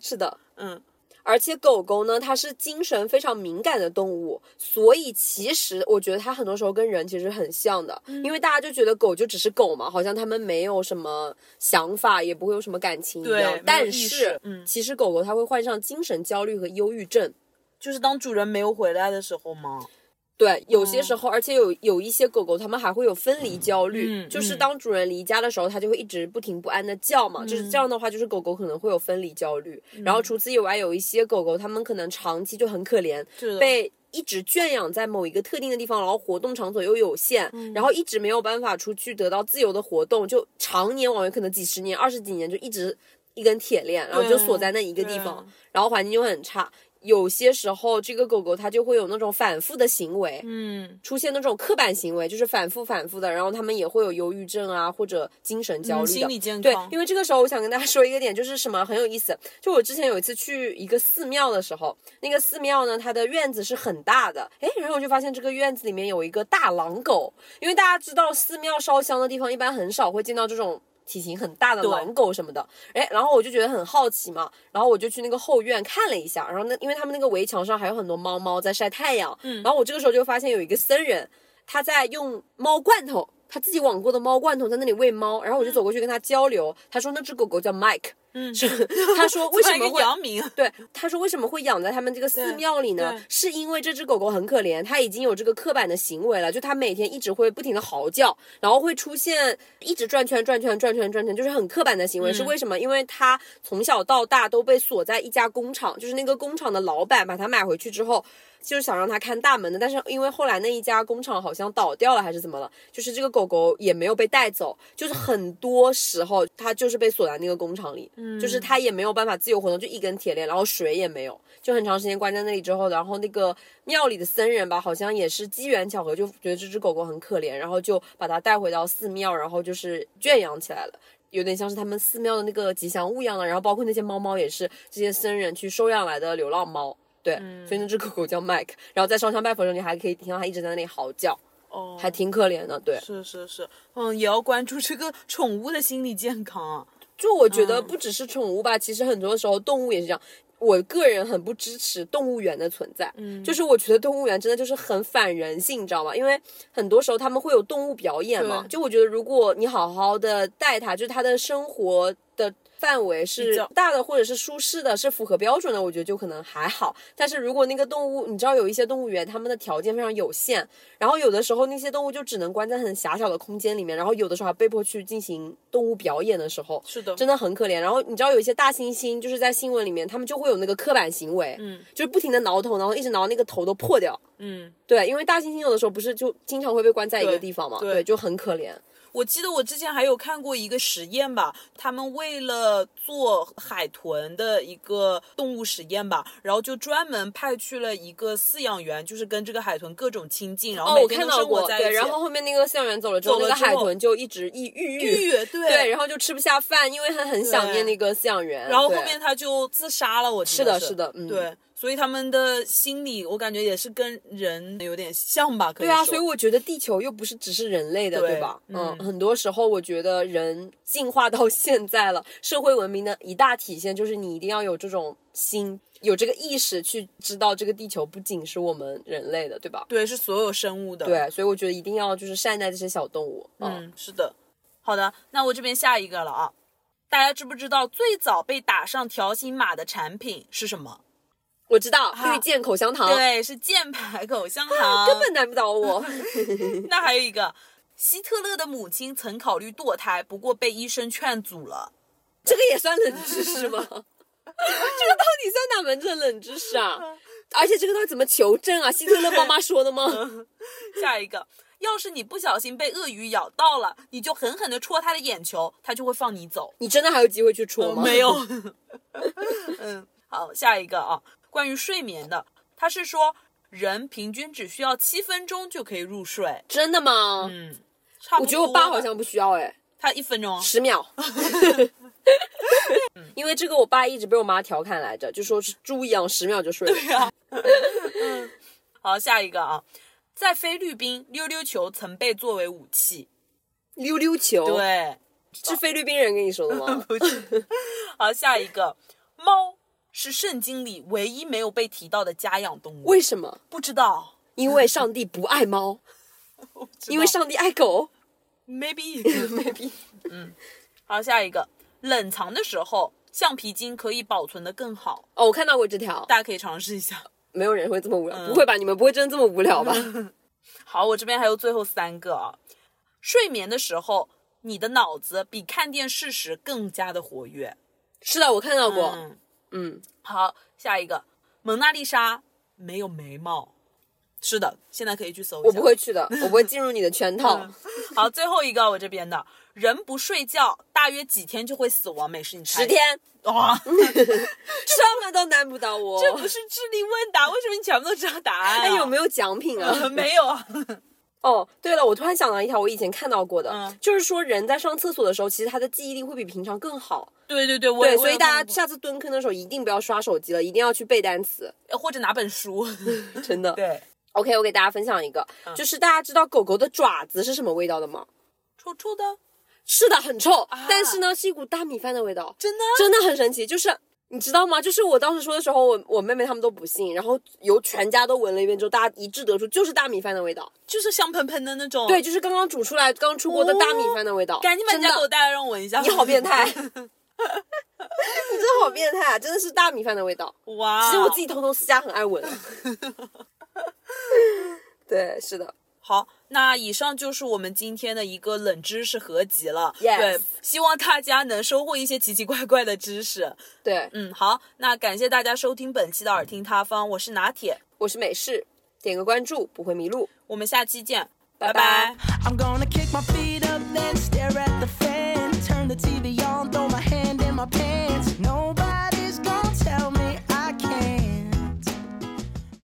Speaker 3: 是的，
Speaker 2: 嗯，
Speaker 3: 而且狗狗呢，它是精神非常敏感的动物，所以其实我觉得它很多时候跟人其实很像的，
Speaker 2: 嗯
Speaker 3: 因为大家就觉得狗就只是狗嘛，好像它们没有什么想法，也不会有什么感情一
Speaker 2: 对没
Speaker 3: 样
Speaker 2: 有。
Speaker 3: 但
Speaker 2: 意
Speaker 3: 是
Speaker 2: 识，嗯
Speaker 3: 其实狗狗它会患上精神焦虑和忧郁症。
Speaker 2: 就是当主人没有回来的时候吗？
Speaker 3: 对，有
Speaker 2: 嗯
Speaker 3: 些时候，而且有有一些狗狗，它们还会有分离焦虑，
Speaker 2: 嗯
Speaker 3: 就是
Speaker 2: 嗯
Speaker 3: 当主人离家的时候，它就会一直不停不安的叫嘛，就是
Speaker 2: 嗯
Speaker 3: 这样的话，就是狗狗可能会有分离焦虑。然后除此以外，有一些狗狗它们可能长期就很可怜，
Speaker 2: 是的，
Speaker 3: 被一直圈养在某一个特定的地方，然后活动场所又有限，
Speaker 2: 嗯
Speaker 3: 然后一直没有办法出去得到自由的活动，就常年往有可能几十年、二十几年就一直一根铁链，然后就锁在那一个地方
Speaker 2: 对，
Speaker 3: 然后环境就很差。有些时候，这个狗狗它就会有那种反复的行为，
Speaker 2: 嗯，
Speaker 3: 出现那种刻板行为，就是反复反复的，然后它们也会有忧郁症啊，或者精神焦虑的。
Speaker 2: 嗯心理健
Speaker 3: 对
Speaker 2: 康，
Speaker 3: 因为这个时候我想跟大家说一个点，就是什么很有意思。就我之前有一次去一个寺庙的时候，那个寺庙呢，它的院子是很大的，诶，然后我就发现这个院子里面有一个大狼狗，因为大家知道寺庙烧香的地方一般很少会见到这种。体型很大的
Speaker 2: 对
Speaker 3: 狼狗什么的，诶，然后我就觉得很好奇嘛，然后我就去那个后院看了一下，然后那因为他们那个围墙上还有很多猫猫在晒太阳，嗯，然后我这个时候就发现有一个僧人，他在用猫罐头，他自己网购的猫罐头在那里喂猫，然后我就走过去跟他交流，他说那只狗狗叫 Mike，嗯， 是，他说为什
Speaker 2: 突然
Speaker 3: 么
Speaker 2: 一个
Speaker 3: 会。
Speaker 2: 杨明？
Speaker 3: 对，他说为什么会养在他们这个寺庙里呢
Speaker 2: 对对？
Speaker 3: 是因为这只狗狗很可怜，它已经有这个刻板的行为了，就它每天一直会不停的嚎叫，然后会出现一直转圈转圈转圈转圈，就是很刻板的行为。是为什么？因为它从小到大都被锁在一家工厂，就是那个工厂的老板把它买回去之后。就是想让它看大门的，但是因为后来那一家工厂好像倒掉了还是怎么了，就是这个狗狗也没有被带走，就是很多时候它就是被锁在那个工厂里，就是它也没有办法自由活动，就一根铁链，然后水也没有，就很长时间关在那里之后，然后那个庙里的僧人吧，好像也是机缘巧合，就觉得这只狗狗很可怜，然后就把它带回到寺庙，然后就是圈养起来了。有点像是他们寺庙的那个吉祥物一样的，然后包括那些猫猫也是这些僧人去收养来的流浪猫，对，所以那只狗狗叫 Mike，然后在烧香拜佛的时候，你还可以听到它一直在那里嚎叫，
Speaker 2: 哦，
Speaker 3: 还挺可怜的，对。
Speaker 2: 是是是，嗯，也要关注这个宠物的心理健康啊。
Speaker 3: 就我觉得不只是宠物吧，其实很多时候动物也是这样。我个人很不支持动物园的存在，嗯，就是我觉得动物园真的就是很反人性，你知道吗？因为很多时候他们会有动物表演嘛，
Speaker 2: 对
Speaker 3: 就我觉得如果你好好的带它，就是它的生活的范围是
Speaker 2: 比较
Speaker 3: 大的或者是舒适的，是符合标准的，我觉得就可能还好。但是如果那个动物，你知道有一些动物园他们的条件非常有限，然后有的时候那些动物就只能关在很狭小的空间里面，然后有的时候还被迫去进行动物表演的时候，
Speaker 2: 是的
Speaker 3: 真的很可怜。然后你知道有一些大猩猩，就是在新闻里面他们就会有那个刻板行为，嗯，就是不停的挠头，然后一直挠那个头都破掉。
Speaker 2: 嗯，
Speaker 3: 对，因为大猩猩有的时候不是就经常会被关在一个
Speaker 2: 对
Speaker 3: 地方嘛，
Speaker 2: 对
Speaker 3: 对，就很可怜。
Speaker 2: 我记得我之前还有看过一个实验吧，他们为了做海豚的一个动物实验吧，然后就专门派去了一个饲养员，就是跟这个海豚各种亲近，然后
Speaker 3: 哦，我
Speaker 2: 每天
Speaker 3: 看
Speaker 2: 都
Speaker 3: 到
Speaker 2: 生活
Speaker 3: 过，
Speaker 2: 在一起。
Speaker 3: 对，然后后面那个饲养员走了之后，
Speaker 2: 走了
Speaker 3: 那个
Speaker 2: 之
Speaker 3: 海
Speaker 2: 后
Speaker 3: 豚就一直抑郁
Speaker 2: 抑郁对
Speaker 3: 对，然后就吃不下饭，因为他很想念那个饲养员。
Speaker 2: 然后
Speaker 3: 对
Speaker 2: 后面他就自杀了，我记
Speaker 3: 是
Speaker 2: 得
Speaker 3: 的，是的，嗯，
Speaker 2: 对，所以他们的心理，我感觉也是跟人有点像吧，可以
Speaker 3: 对啊，
Speaker 2: 说
Speaker 3: 所以我觉得地球又不是只是人类的，
Speaker 2: 对
Speaker 3: 对吧？嗯
Speaker 2: 嗯，
Speaker 3: 很多时候我觉得人进化到 现在了，社会文明的一大体现就是你一定要有这种心，有这个意识去知道这个地球不仅是我们人类的，对吧？
Speaker 2: 对是所有生物的，
Speaker 3: 对，所以我觉得一定要就是善待这些小动物。嗯
Speaker 2: 嗯，是的。好的，那我这边下一个了啊。大家知不知道最早被打上条形码的产品是什么？
Speaker 3: 我知道
Speaker 2: 啊
Speaker 3: 绿箭口香糖，
Speaker 2: 对，啊是箭牌口香糖。
Speaker 3: 根本难不 倒我。
Speaker 2: 那还有一个，希特勒的母亲曾考虑堕胎，不过被医生劝阻了。
Speaker 3: 这个也算冷知识吗？这个 到底算哪门子的冷知 识啊？而且这个到底怎么求证啊？希特勒妈妈说的吗？
Speaker 2: 下一个，要是你不小心被鳄鱼咬到了，你就狠狠的戳它的眼球，它就会放你走。
Speaker 3: 你真的还有机会去戳
Speaker 2: 我
Speaker 3: 吗？
Speaker 2: 呃没有。 嗯，好，下一个啊，关于睡眠的，它是说人平均只需要七分钟就可以入睡。
Speaker 3: 真的吗？
Speaker 2: 嗯，差不
Speaker 3: 我
Speaker 2: 多
Speaker 3: 觉得我爸好像不需要哎，
Speaker 2: 他一分钟啊，
Speaker 3: 十秒。 因为这个，我爸一直被我妈调侃来着，就说是猪一样，十秒就睡了。
Speaker 2: 啊好，下一个啊，在菲律宾，溜溜球曾被作为武器。
Speaker 3: 溜溜球，，
Speaker 2: 对，啊嗯
Speaker 3: 是菲律宾人跟你说的吗？
Speaker 2: 不是。好，下一个，猫是圣经里唯一没有被提到的家养动物。
Speaker 3: 为什么？
Speaker 2: 不知道，
Speaker 3: 因为上帝不爱 猫，因为上帝爱狗。
Speaker 2: maybe maybe，嗯，好，下一个，冷藏的时候，橡皮筋可以保存的更好，
Speaker 3: 哦，我看到过这条，
Speaker 2: 大家可以尝试一下。
Speaker 3: 没有人会这么无
Speaker 2: 嗯
Speaker 3: 聊，不会吧？你们不会真的这么无聊吧？
Speaker 2: 好，我这边还有最后三个啊，睡眠的时候，你的脑子比看电视时更加的活跃。
Speaker 3: 是的，我看到过。
Speaker 2: 嗯。
Speaker 3: 嗯，
Speaker 2: 好，下一个，蒙娜丽莎没有眉毛。是的，现在可以去搜一下。
Speaker 3: 我不会。去的，我不会进入你的圈
Speaker 2: 嗯
Speaker 3: 套。
Speaker 2: 好，最后一个啊我这边的人不睡觉，大约几天就会死亡？美式你猜
Speaker 3: 十天，
Speaker 2: 哇，
Speaker 3: 什么都难不倒我。
Speaker 2: 这不是智力问答，为什么你全部都知道答案、啊？
Speaker 3: 哦哎，有没有奖品啊？
Speaker 2: 没有啊？
Speaker 3: 哦，对了，我突然想到一条我以前看到过的，
Speaker 2: 嗯
Speaker 3: 就是说人在上厕所的时候，其实他的记忆力会比平常更好。
Speaker 2: 对对对，我
Speaker 3: 对，
Speaker 2: 也
Speaker 3: 所以大家
Speaker 2: 我
Speaker 3: 下次蹲坑的时候一定不要刷手机了，一定要去背单词，
Speaker 2: 也或者拿本 书，
Speaker 3: 真的。
Speaker 2: 对，嗯
Speaker 3: OK，我给大家分享一个，就是大家知道狗狗的爪子是什么味道的吗？
Speaker 2: 臭臭的，
Speaker 3: 是的，很臭，
Speaker 2: 啊
Speaker 3: 但是呢，是一股大米饭的味道。
Speaker 2: 真的
Speaker 3: 真的很神奇，就是你知道吗？就是我当时说的时候，我我妹妹她们都不信，然后由全家都闻了一遍之后，大家一致得出就是大米饭的味道。
Speaker 2: 就是香喷喷的那种。
Speaker 3: 对，，就是刚刚煮出来、刚出锅的大米饭的味道。
Speaker 2: 哦赶紧把你
Speaker 3: 真
Speaker 2: 家
Speaker 3: 的
Speaker 2: 狗带来让我闻一下。
Speaker 3: 你好 变态！你真的好变态啊！真的是大米饭的味道。
Speaker 2: 哇！哦
Speaker 3: 其实我自己偷偷私下很爱闻。对，是的，
Speaker 2: 好，那以上就是我们今天的一个冷知识合集了。
Speaker 3: Yes
Speaker 2: 对，希望大家能收获一些奇奇怪怪的知识。
Speaker 3: 对，
Speaker 2: 嗯，好，那感谢大家收听本期的耳听他方，我是拿铁，
Speaker 3: 我是美式，点个关注不会迷路。
Speaker 2: 我们下期见，
Speaker 3: 拜拜
Speaker 2: 拜
Speaker 1: I'm gonna kick my feet up, then stare at the fan. Turn the TV